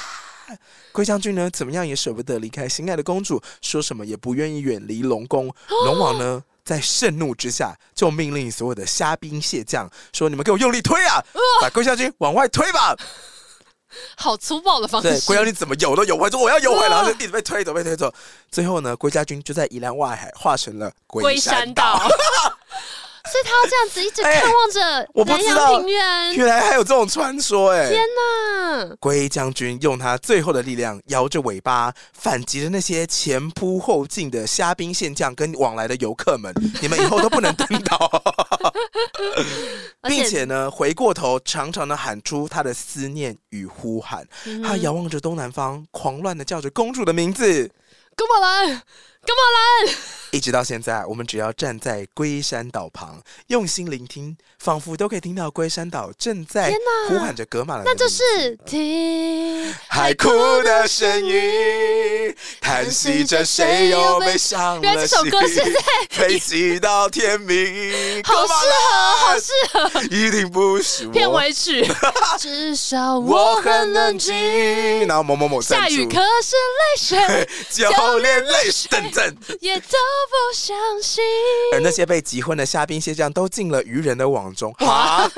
龟将军呢，怎么样也舍不得离开心爱的公主，说什么也不愿意远离龙宫。
哦
龙王呢，在盛怒之下，就命令所有的虾兵蟹将说：“你们给我用力推啊，
哦
把龟将军往外推吧！”
好粗暴的方
对，龟将
式。
军怎么游都游不回，说我要游回，然后就一直被推走，被推走。最后呢，龟家军就在宜兰外海化成了龟山岛。
岛， 所以他要这样子一直
哎
看望着
我不
南
知
洋
道
平原，啊
原来还有这种传说哎、
天哪！
龟将军用他最后的力量，摇着尾巴反击了那些前仆后进的虾兵蟹将跟往来的游客 们。你们以后都不能登岛，
而
并
且
且呢，回过头常常的喊出他的思念与呼喊。
嗯
他遥望着东南方，狂乱的叫着公主的名字。
干嘛来？
一直到现在，我们只要站在龟山岛旁，用心聆听，仿佛都可以听到龟山岛正在
天哪
呼喊着格马兰的名字。
那就是听
海哭的声音，叹息着谁又被伤
原来
了
这首
心。
歌 是在
飞起到天明，
好适合，好适合
合，一定不是我。
片尾曲。至少
我
我
很
很
冷
冷
静
静。，
然后某某某
下
赞
雨
助，
可是泪水
就连泪水等等。
也都不相信。
而那些被急婚的虾兵蟹将都进了渔人的网 中。哈。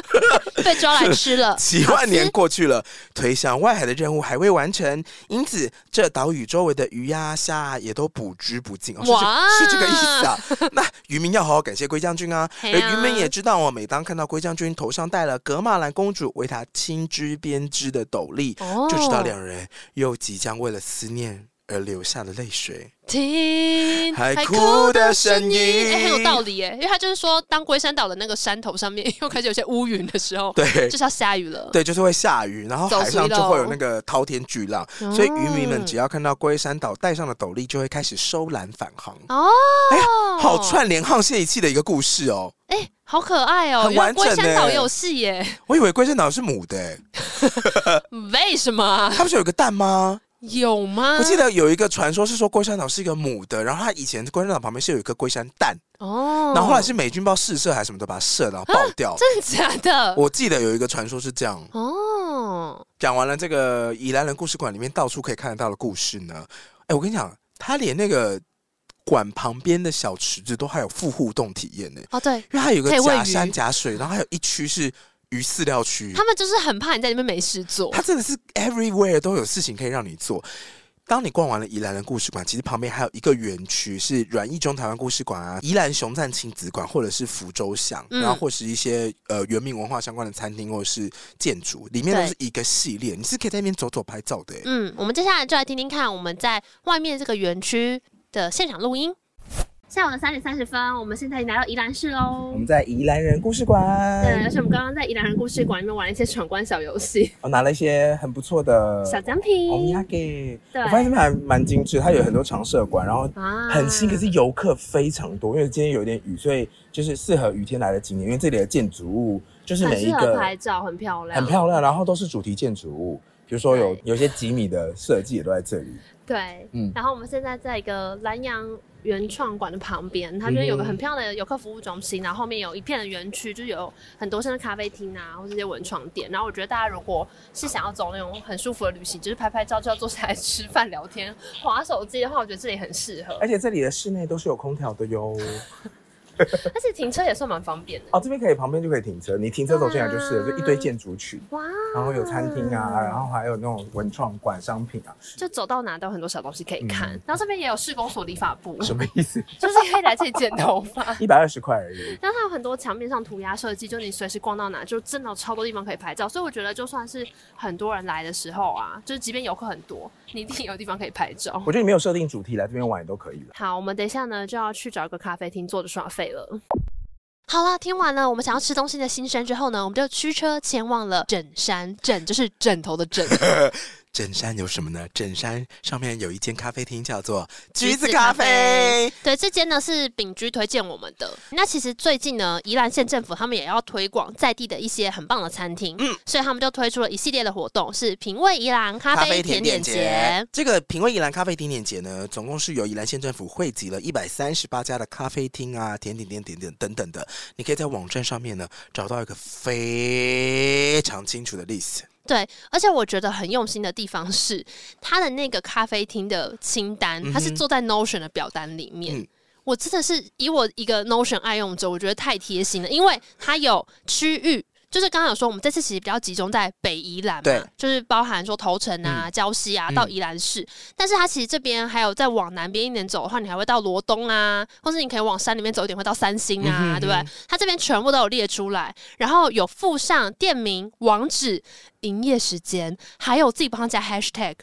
被抓来吃了，
几万年过去了，推向外海的任务还未完成，因此这岛屿周围的鱼呀、虾啊也都捕之不尽。哦、是
哇
这是这个意思 啊！那渔民要好好感谢龟将军啊，
嘿
而
啊
渔民也知道哦，每当看到龟将军头上戴了格马兰公主为他亲织编织的斗笠，
哦
就知道两人又即将为了思念。而流下了泪水，
听
海
海
哭的声
哎、很有
音。
道理耶，因为他就是说，当龟山岛的那个山头上面又开始有些乌云的时候，
对
就是要下雨了。
对，就是会下雨，然后
走
海上
水
就会有
路
那个滔天巨浪，
嗯
所以渔民们只要看到龟山岛带上了斗笠，就会开始收篮返航。
哦，
哎呀好，串联沆瀣一气的一个故事哦！
哎、好可爱哦、
很
原来
完整
龟山岛
耶
也有戏耶，
我以为龟山岛是母的、欸，
嗯为什么啊？
它不是有一个蛋吗？
有吗？
我记得有一个传说是说龟山岛是一个母的，然后它以前龟山岛旁边是有一颗龟山蛋，
哦，啊
然后后来是美军不知道试射还是什么的把它射然后爆掉。
真的假的？
我记得有一个传说是这样。
哦，
讲完了这个宜兰人故事馆里面到处可以看得到的故事呢，哎，我跟你讲，它连那个馆旁边的小池子都还有副互动体验呢，
哦，对，
因为它有个
可以喂
假山
鱼
假水，然后还有一区是鱼饲料区。
他们就是很怕你在里面没事做
它。真的是 everywhere 都有事情可以让你做。当你逛完了宜兰的故事馆，其实旁边还有一个园区是阮义中台湾故事馆啊、宜兰熊赞亲子馆，或者是福州巷，
嗯
然后或是一些呃原民文化相关的餐厅或者是建筑，里面都
对
是一个系列，你是可以在那边走走拍照的、欸。
嗯，我们接下来就来听听看我们在外面这个园区的现场录音。下午的三点三十分，我们现在已经来到宜兰市喽
我。们在宜兰人故事馆，
对，而且我们刚刚在宜兰人故事馆里面玩了一些闯关小游戏、
我拿了一些很不错的
小奖品。
欧米亚给，
对
哦我发现他们还蛮精致，它有很多常设馆，然后
啊
很新，可是游客非常多，因为今天有点雨，所以就是适合雨天来的景点，因为这里的建筑物就是
很
每一
适合
个
拍照，很漂亮，
很漂亮，然后都是主题建筑物，比如说有
对
有些几米的设计也都在这里，
对，
嗯
然后我们现在在一个南洋原创馆的旁边，它就是有个很漂亮的游客服务中心，然后后面有一片的园区，就是啊有很多像是咖啡厅啊，或者一些文创店。然后我觉得大家如果是想要走那种很舒服的旅行，就是拍拍照就要坐下来吃饭聊天、划手机的话，我觉得这里很适合，
而且这里的室内都是有空调的哟。
而且停车也算蛮方便的。
哦，这边可以，旁边就可以停车，你停车走进来就是了，
对啊
就一堆建筑群，
哇！
然后有餐厅啊，然后还有那种文创馆商品啊，
就走到哪都有很多小东西可以看，
嗯
然后这边也有市公所理发部，
什么意 思？
就是可以来这里剪头发。
一百二十块而已。
但它有很多墙面上涂鸦设计，就你随时逛到哪，就真的有超多地方可以拍照。所以我觉得，就算是很多人来的时候啊，就是即便游客很多，你一定有地方可以拍照。
我觉得你没有设定主题来这边玩也都可以了。
好，我们等一下呢就要去找一个咖啡厅坐着耍废了。好啦，听完了我们想要吃东西的心声之后呢，我们就驱车前往了枕山，枕就是枕头的枕，
枕山有什么呢？枕山上面有一间咖啡厅叫做
橘
橘
子
子
咖
咖
啡
啡，
对，这间呢是丙居推荐我们的。那其实最近呢，宜兰县政府他们也要推广在地的一些很棒的餐厅，嗯，所以他们就推出了一系列的活动，是品味宜兰咖啡甜点节。。
这个品味宜兰咖啡甜点节呢，总共是由宜兰县政府汇集了一百三十八家的咖啡厅啊、甜点店、点点等等的。你可以在网站上面呢找到一个非常清楚的 list。
对，而且我觉得很用心的地方是，它的那个咖啡厅的清单，它是
嗯哼
做在 Notion 的表单里面。
嗯
我真的是以我一个 Notion 爱用者，我觉得太贴心了，因为它有区域。就是刚刚有说，我们这次其实比较集中在北宜兰嘛
对，
就是包含说头城啊、礁溪啊
嗯
到宜兰市，但是它其实这边还有再往南边一点走的话，你还会到罗东啊，或是你可以往山里面走一点，会到三星啊，
嗯哼
对不对？它这边全部都有列出来，然后有附上店名、网址、营业时间，还有自己帮他加 hashtag。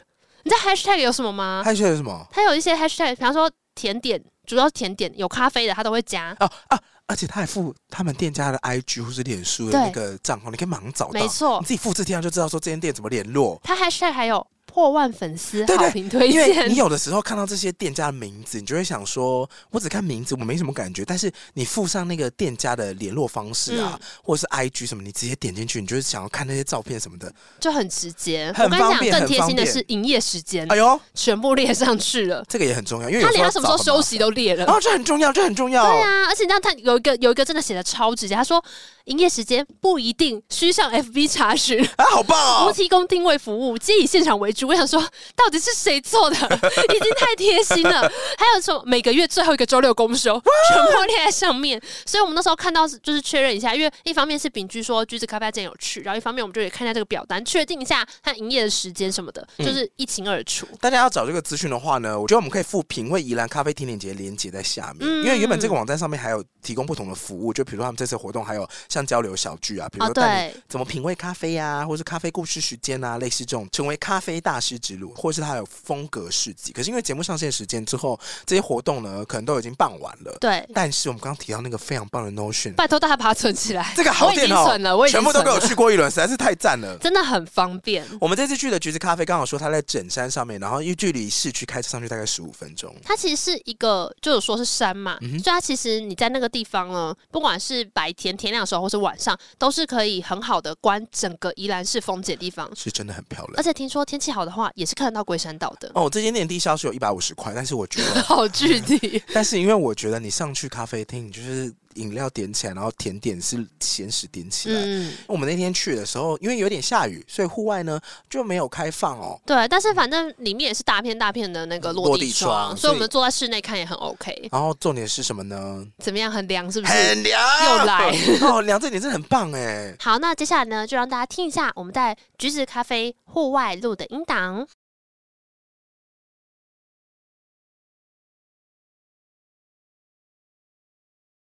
你知道 hashtag 有什么吗？
还有是什么？
它有一些 hashtag，比方说甜点，主要是甜点有咖啡的，它都会加。
哦啊！而且他还附他们店家的 IG 或是脸书的
对
那个账号，你可以马上找到。
没错
你自己复制贴上就知道说这间店怎么联络。
它 hashtag 还有破万粉丝
对对
好评推
因为
荐
你。有的时候看到这些店家的名字，你就会想说，我只看名字，我没什么感觉。但是你附上那个店家的联络方式啊，
嗯
或者是 IG 什么，你直接点进去，你就是想要看那些照片什么的。
就很直接，
很
我跟你讲，
方便
更贴心的
很方便
是营业时间
哎，呦，
全部列上去了。
这个也很重要，因为
他
有
连他
要
什么时候
找很麻
休
烦
息都列了。
哦，这很重要，这很重要。
对啊，而且你知道他有一个有一个真的写的超直接，他说营业时间不一定，需上 FB 查询，
啊，好棒
不
哦！
提供定位服务，皆以现场为主。我想说，到底是谁 做的？已经太贴心了。还有什么每个月最后一个周六公休，全部列在上面。所以我们那时候看到是就是确认一下，因为一方面是丙居说橘子咖啡店有去，然后一方面我们就也看一下这个表单，确定一下它营业的时间什么的，
嗯
就是一清二楚。
大家要找这个资讯的话呢，我觉得我们可以附品味宜兰咖啡甜点节连接在下面，
嗯
因为原本这个网站上面还有提供不同的服务，就比如说他们这次活动还有像交流小聚啊，比如
哦，
说带你
对，
怎么品味咖啡啊，或是咖啡故事时间啊，类似这种成为咖啡大师之路，或是它有风格市集。可是因为节目上线时间之后，这些活动呢，可能都已经办完了。
对，
但是我们刚刚提到那个非常棒的 Notion，
拜托大家把它存起来。
这个好
我已经
点哦
存了，我已经
全部都
存
给我
了
去过一轮，实在是太赞了。
真的很方便。
我们这次去的橘子咖啡，刚好说它在整山上面，然后因为距离市区开车上去大概十五分钟。
它其实是一个，就有说是山嘛，所以它其实你在那个地方呢，不管是白天天亮的时候，或是晚上，都是可以很好的观整个宜兰市风景的地方。
是真的很漂
而
亮
且听说天气好的话，也是看得到龟山岛的，，
哦！这间店低消是有一百五十块，但是我觉得
好具体。
但是因为我觉得你上去咖啡厅，你就是饮料点起来，然后甜点是咸食点起来，
嗯，
我们那天去的时候，因为有点下雨，所以户外呢就没有开放哦。
对，但是反正里面也是大片大片的那个落
落
地
地
窗，
窗
所以我
所以
们坐在室内看也很 OK。
然后重点是什么呢？
怎么样，很凉是不是？
很凉，
又来
哦，凉这点真的很棒哎。
好，那接下来呢，就让大家听一下我们在橘子咖啡户外录的音档。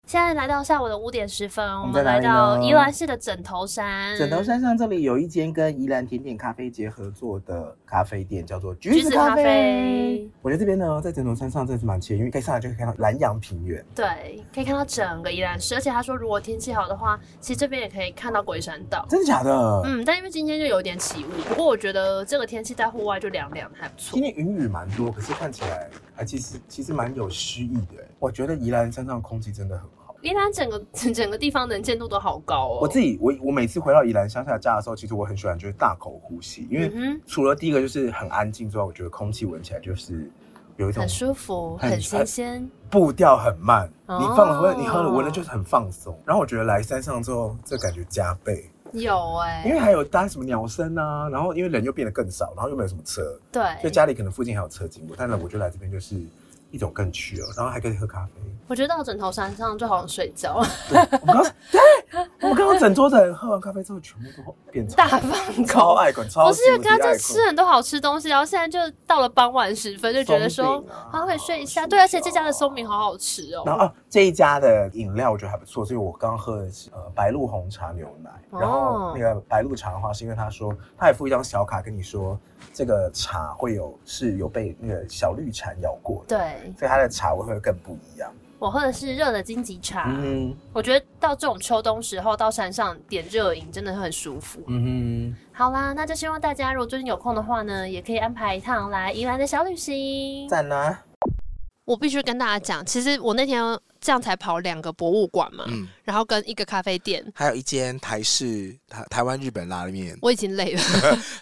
现在来到下午的五点十分，我
我们
们
在哪
来
里
到
呢
宜兰市的枕头山。
枕头山上这里有一间跟宜兰甜点咖啡节合作的咖啡店，叫做橘
橘
子
子
咖
咖
啡
啡。
我觉得这边呢，在枕头山上真的是蛮惬意，因为可以上来就可以看到南洋平原。
对，可以看到整个宜兰市，而且他说如果天气好的话，其实这边也可以看到龟山岛。
真的假的？
嗯，但因为今天就有点起雾，不过我觉得这个天气在户外就凉凉，还不错
今。天云雨蛮多，可是看起来啊，其实其实蛮有诗意的欸。我觉得宜兰山上空气真的很好。
宜兰整个 整个地方能见度都好高哦。
我自己我我每次回到宜兰乡下家的时候，其实我很喜欢就是大口呼吸，因为
嗯
除了第一个就是很安静之外，我觉得空气闻起来就是有一
哼，
种
很舒服，
很
很新鲜。
步调很慢，
哦
你放了会你喝了闻了就是很放松。然后我觉得来山上之后，这感觉加倍，
有哎、
因为还有搭什么鸟声啊，然后因为人又变得更少，然后又没有什么车，所以
对，
家里可能附近还有车经过，但是我觉得来这边就是一种更去了，然后还可以喝 咖啡。
我觉得到枕头山上就好想睡觉，
我刚刚对，我们刚刚整桌的人喝完咖啡之后，全部都变超
大放
超
狗。
爱管，超
不
级
是因为
无敌
刚刚
爱管
在吃很多好吃东西，然后现在就到了傍晚时分，就觉得
松
说
饼啊
好想可以睡一下。
松
对，而且这
饼
家的
啊
松饼好好吃哦。
然后啊，这一家的饮料我觉得还不错，所以我刚喝的是呃白鹿红茶牛奶。
哦
然后那个白鹿茶的话，是因为他说他还附一张小卡跟你说，这个茶会有是有被那个小绿蝉咬过的，
对
所以它的茶味会更不一样。
我喝的是热的金桔茶，
嗯
我觉得到这种秋冬时候到山上点热饮真的很舒服。
嗯
好啦，那就希望大家如果最近有空的话呢，也可以安排一趟来宜兰的小旅行
哼，。赞啦、
我必须跟大家讲，其实我那天这样才跑两个博物馆嘛，
嗯，
然后跟一个咖啡店，
还有一间台式台台湾日本 拉面，
我已经累了，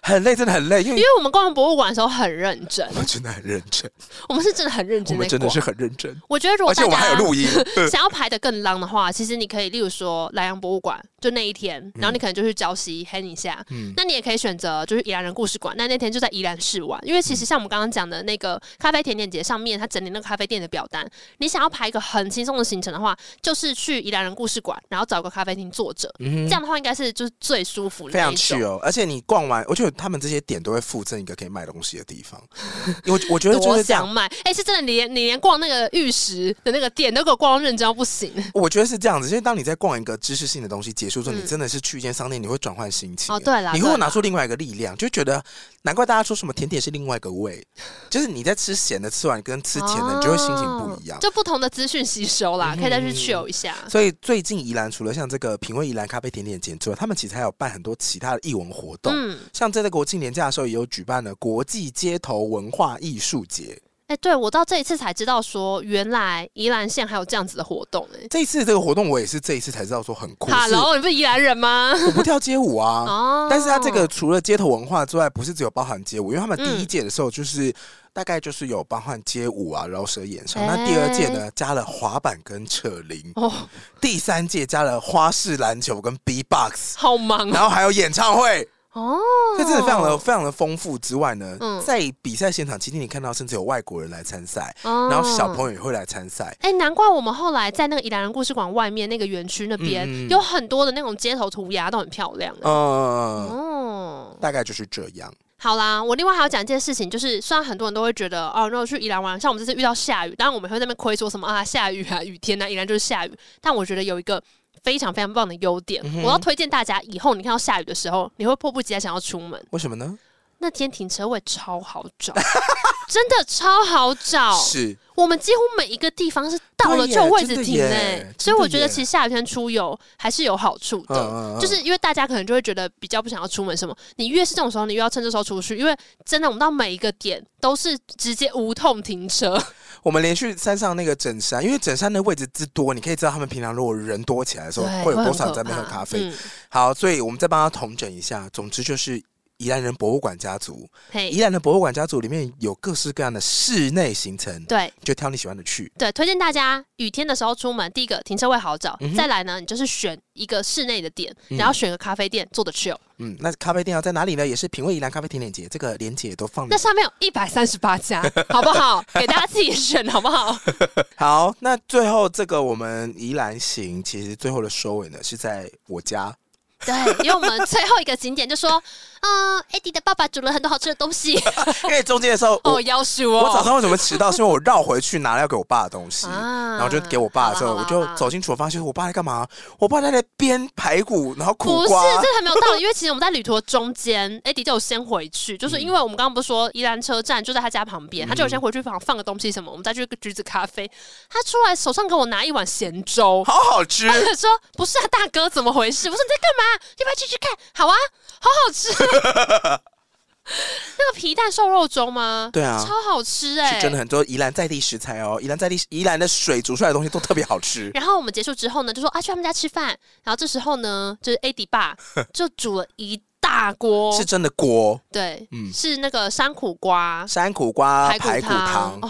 很累，真的很累，因
因
为
为我们逛博物馆的时候很认真
我，们真的很认真，
我们是真的很认
我
真
们
在
真的
逛
是。很认真，
我觉得如果
而且
大
我们还有
家
录音。
想要排的更浪的话，其实你可以，例如说莱阳博物馆，就那一天，然后你可能就去礁溪 hang 一下。
嗯，
那你也可以选择就是宜兰人故事馆，那那天就在宜兰市玩，因为
嗯
其实像我们刚刚讲的那个咖啡甜点节上面，它整理那个咖啡店的表单，你想要排一个很轻松的行程的话，就是去宜兰人故事馆，然后找个咖啡厅坐着，
嗯
这样的话应该是就是最舒服的
非
那
常
一
去
种。
哦，而且你逛完，我觉得他们这些点都会附赠一个可以卖东西的地方。我我觉得就
多
是这
想
样，
买！哎、是真的你连你连逛那个玉石的那个店都给我逛到认真到不行。
我觉得是这样子，因为当你在逛一个知识性的东西结束之后，
嗯
你真的是去一间商店，你会转换心情。欸
哦对啦
你会
对
拿出另外一个力量，就觉得难怪大家说什么甜点是另外一 个味，就是你在吃咸的吃完跟吃甜的，你就会心情不一样
哦。就不同的资讯吸收啦，
嗯
可以再去 chill 一下。
所以最近宜兰除了像这个品味宜兰咖啡甜点节之外，他们其实还有办很多其他的艺文活动，
嗯，
像在这个国庆年假的时候，也有举办了国际街头文化艺术节。
哎、对我到这一次才知道说，原来宜兰县还有这样子的活动哎、
这一次这个活动，我也是这一次才知道说很酷。
哈
是
喽，你不是宜兰人吗？
我不跳街舞啊。
哦，
但是它这个除了街头文化之外，不是只有包含街舞，因为他们
嗯
第一届的时候就是、大概就是有包含街舞啊、饶舌演唱，那第二
哎
届呢加了滑板跟扯铃，
哦，
第三届加了花式篮球跟 B-box，
好忙啊
然后还有演唱会，
哦，
所以真的非常的非常的丰富。之外呢，
嗯
在比赛现场，其实你看到甚至有外国人来参赛，
哦
然后小朋友也会来参赛。
哎、难怪我们后来在那个宜兰人故事馆外面那个园区那边、
嗯嗯嗯
有很多的那种街头涂鸦，都很漂亮、欸。
嗯、
哦，
大概就是这样。
好啦，我另外还要讲一件事情，就是虽然很多人都会觉得哦，如果去宜兰玩，像我们这次遇到下雨，当然我们会在那边亏说什么啊下雨啊 雨天啊，宜兰就是下雨。但我觉得有一个非常非常棒的优点，
嗯哼
我要推荐大家，以后你看到下雨的时候，你会迫不及待想要出门。
为什么呢？
那天停车位超好 找，真的超好找。
是
我们几乎每一个地方是到了
对耶
就有位置停
真的
诶、
耶真的
所以我觉得
耶
其实下雨天出游还是有好处的。
嗯嗯嗯
就是因为大家可能就会觉得比较不想要出门什么，你越是这种时候，你越要趁这时候出去，因为真的我们到每一个点都是直接无痛停 车，
我们连续山上那个整山，因为整山的位置之多，你可以知道他们平常如果人多起来的时候，会有多少人在那边喝咖啡。
嗯、
好，所以我们再帮他统整一下。总之就是宜兰人博物馆家族，宜
嘿，
兰的博物馆家族里面有各式各样的室内行程，
对
就挑你喜欢的去。
对，推荐大家雨天的时候出门，第一个停车位好找，
嗯哼
再来呢，你就是选一个室内的点，
嗯
然后选个咖啡店做的 chill，、
嗯，那咖啡店要在哪里呢？也是品味宜兰咖啡甜点节，这个连结也都放了
那。上面有一百三十八家， 好不好？给大家自己选，好不好？
好，那最后这个我们宜兰行，其实最后的收尾呢是在我家。
对，因为我们最后一个景点就说，嗯，Eddie 的爸爸煮了很多好吃的东西。
因为中间的时 候， 我
哦，要求哦，
我早上为什么迟到？是因为我绕回去拿了要给我爸的东西，
啊
然后就给我爸的时候，
好
我
啦
就
好啦
走进厨房，发现我爸在干嘛？我爸在那边排骨，然后苦
不是，
瓜。
这还没有到，因为其实我们在旅途的中间，Eddie 就有先回去，
嗯
就是因为我们刚刚不是说宜兰车站就在他家旁边，他就有先回去房放个东西什么，我们再去橘子咖啡。他出来手上给我拿一碗咸粥，
好好吃，
他说：“不是啊，大哥，怎么回事？”我说：“你在干嘛？要不要去去看？好啊，好好吃。” 那个皮蛋瘦肉粥吗？
对啊
超好吃哎、
是真的很多宜兰在地食材哦，宜兰在地宜兰的水煮出来的东西都特别好 吃。
然后我们结束之后呢，就说啊去他们家吃饭。然后这时候呢，就是 AD 爸就煮了一大锅，
是真的锅，
对，
嗯
是那个山苦瓜
山苦瓜
排
排
骨
骨
汤
汤，
哦，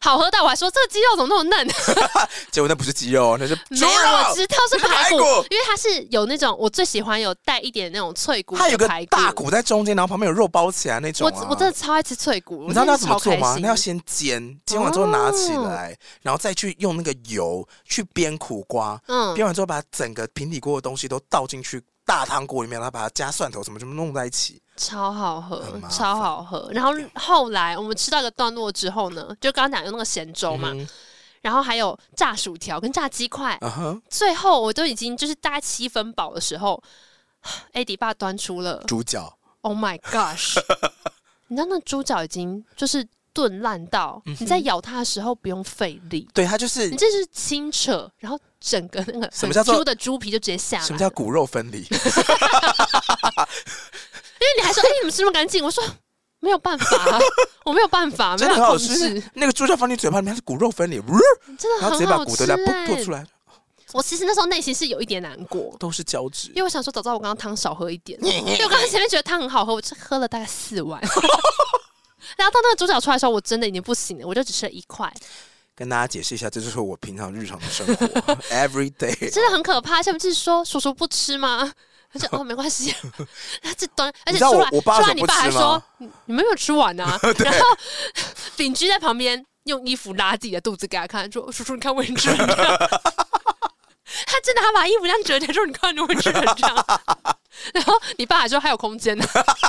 好喝到我还说这个鸡肉怎么那么 嫩？
结果那不是鸡肉，那是
没
猪
有，我
肉，
知道是排骨，
那是排骨
因为它是有那种我最喜欢有带一点那种脆骨
它有
的
个
排骨，
大骨在中间，然后旁边有肉包起来那种
我
啊。
我真的超爱吃脆骨，
你知道那
我
要
真的
怎么做
超开
吗？
心哦
那要先煎，煎完之后拿起来，然后再去用那个油去煸苦瓜，
嗯
煸完之后把整个平底锅的东西都倒进去大汤锅里面，然后把它加蒜头什么全部弄在一起。
超好喝
很，麻烦
超好喝。然后后来我们吃到一个段落之后呢，就刚刚讲用那个咸粥嘛，
嗯
然后还有炸薯条跟炸鸡块，
啊哈，
最后我都已经就是大概七分饱的时候 ，AD 爸端出了
猪脚，
Oh my gosh！你知道那猪脚已经就是炖烂到，你在咬它的时候不用费力，
对，它嗯就是
你这是轻扯，然后整个那个
什
很
么叫做
猪的猪皮就直接下来了。
什么叫骨肉分离？
因为你还 说，哎、你怎么吃那么干净？我说没有办法啊、我没有办法，没
真的
办
很
法
好
控
吃
制，。
那个猪脚放进嘴巴里面，它是骨肉分离，
真的
然后直接
很
把
好
骨
吃、
头
哎
样剁出来，
我其实那时候内心是有一点难过。
都是胶质
因。为我想说，早知道我刚刚汤少喝一 点，因为我刚刚前面觉得汤很好喝，我只喝了大概四碗，然后到那个猪脚出来的时候，我真的已经不行了，我就只吃了一块，
跟大家解释一下，这就是我平常日常的生活 ，every day。
真的很可怕。下面就是说，叔叔不吃 吗？他说哦，没关系， 他这端，而
你
且
知道
出
我
来
我爸
出
怎
来，
么
你
不
爸还
吃
说
吗
你你们没有吃完 啊。 然后丙居在旁边用衣服拉自己的肚子给他看，说叔叔你看我很吃很胀。他真的，他把衣服这样折叠说：“你看，我很吃很 胀。”然后你爸还说还有空间呢，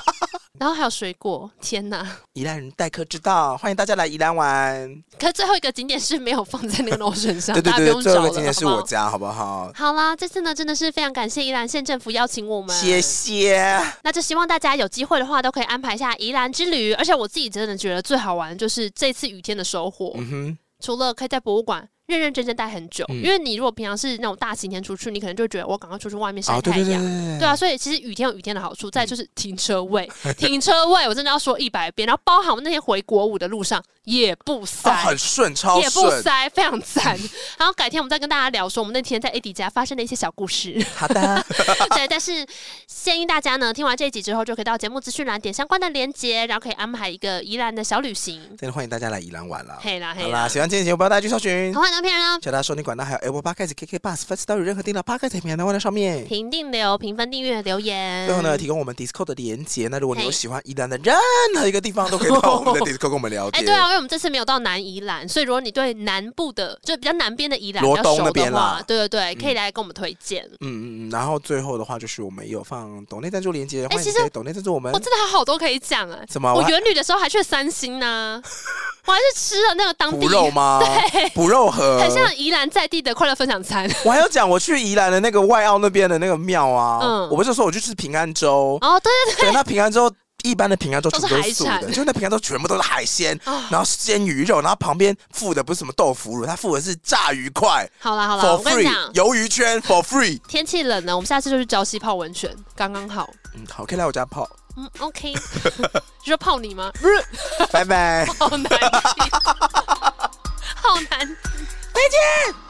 然后还有水果，天哪！
宜兰人待客之道，欢迎大家来宜兰玩。
可是最后一个景点是没有放在那个 notion 上，
对对
啊大家不
对，
用
最
找
后一
了，
个景点是
好不
我
好
家，好不好？
好啦，这次呢真的是非常感谢宜兰县政府邀请我们，
谢谢。
那就希望大家有机会的话，都可以安排一下宜兰之旅。而且我自己真的觉得最好玩的就是这次雨天的收获，
嗯哼，
除了可以在博物馆认认真真待很久，
嗯
因为你如果平常是那种大晴天出去，你可能就会觉得我赶快出去外面晒
啊，对
太
对对
阳。
对嗯
对啊，，所以其实雨天有雨天的好处，再来就是停车位， 停车位我真的要说一百遍。然后包含我们那天回国五的路上也不塞，
啊，很顺，超
也不
顺。
塞，非常赞。 然后改天我们再跟大家聊说我们那天在 AD 家发生的一些小故事。
好的，
对，但是建议大家呢，听完这一集之后，就可以到节目资讯栏点相关的连接，然后可以安排一个宜兰的小旅行。
真的欢迎大家来宜兰玩啦。
嘿啊啦
好
嘿啦
啦，，喜欢今天的节目，不要大家去搜寻
童。话能骗人哦。
小大收听管道还有 Apple Podcast、KK Bus、First Story 任何听到 Podcast 的平台都会在上面。
评定留、评分、订阅、留言。
最后呢，提供我们 Discord 的连接。那如果你有
嘿
喜欢宜兰的任何一个地方，都可以到 我们的 Discord 跟我们聊
哎、
天。
对啊，因为我们这次没有到南宜兰，所以如果你对南部的，就比较南边的宜兰比
罗
较
东
熟
那
的
边
话
啦，嗯
对对对，可以来跟我们推荐。
嗯嗯嗯，然后最后的话就是我们也有放抖内赞助连接，欢
哎其
迎
实
可以抖内赞助我们
我。真的还有好多可以讲哎、
怎么
我
我还
元旅的时候还去了三星呢、我还是吃了那个当地
补肉 吗？对，补肉盒。
很像宜兰在地的快乐分享餐。
我还有讲我去宜兰的那个外澳那边的那个庙啊，
嗯
我不是说我去吃平安粥，
哦，对对对，
对，那平安粥一般的平安粥
都
全
是
部都是素
海
的，
产
就是那平安粥全部都是海鲜
啊，
然后鲜鱼肉，然后旁边附的不是什么豆腐乳，它附的是炸鱼块
好啦好啦，
，for
我跟你
free，
讲，
鱿鱼圈 for free。
天气冷了，我们下次就去礁溪泡温泉，刚刚好。
嗯，好，可以来我家泡，
嗯，OK，你说泡你 吗？
拜拜。
好难听，好难听，再见。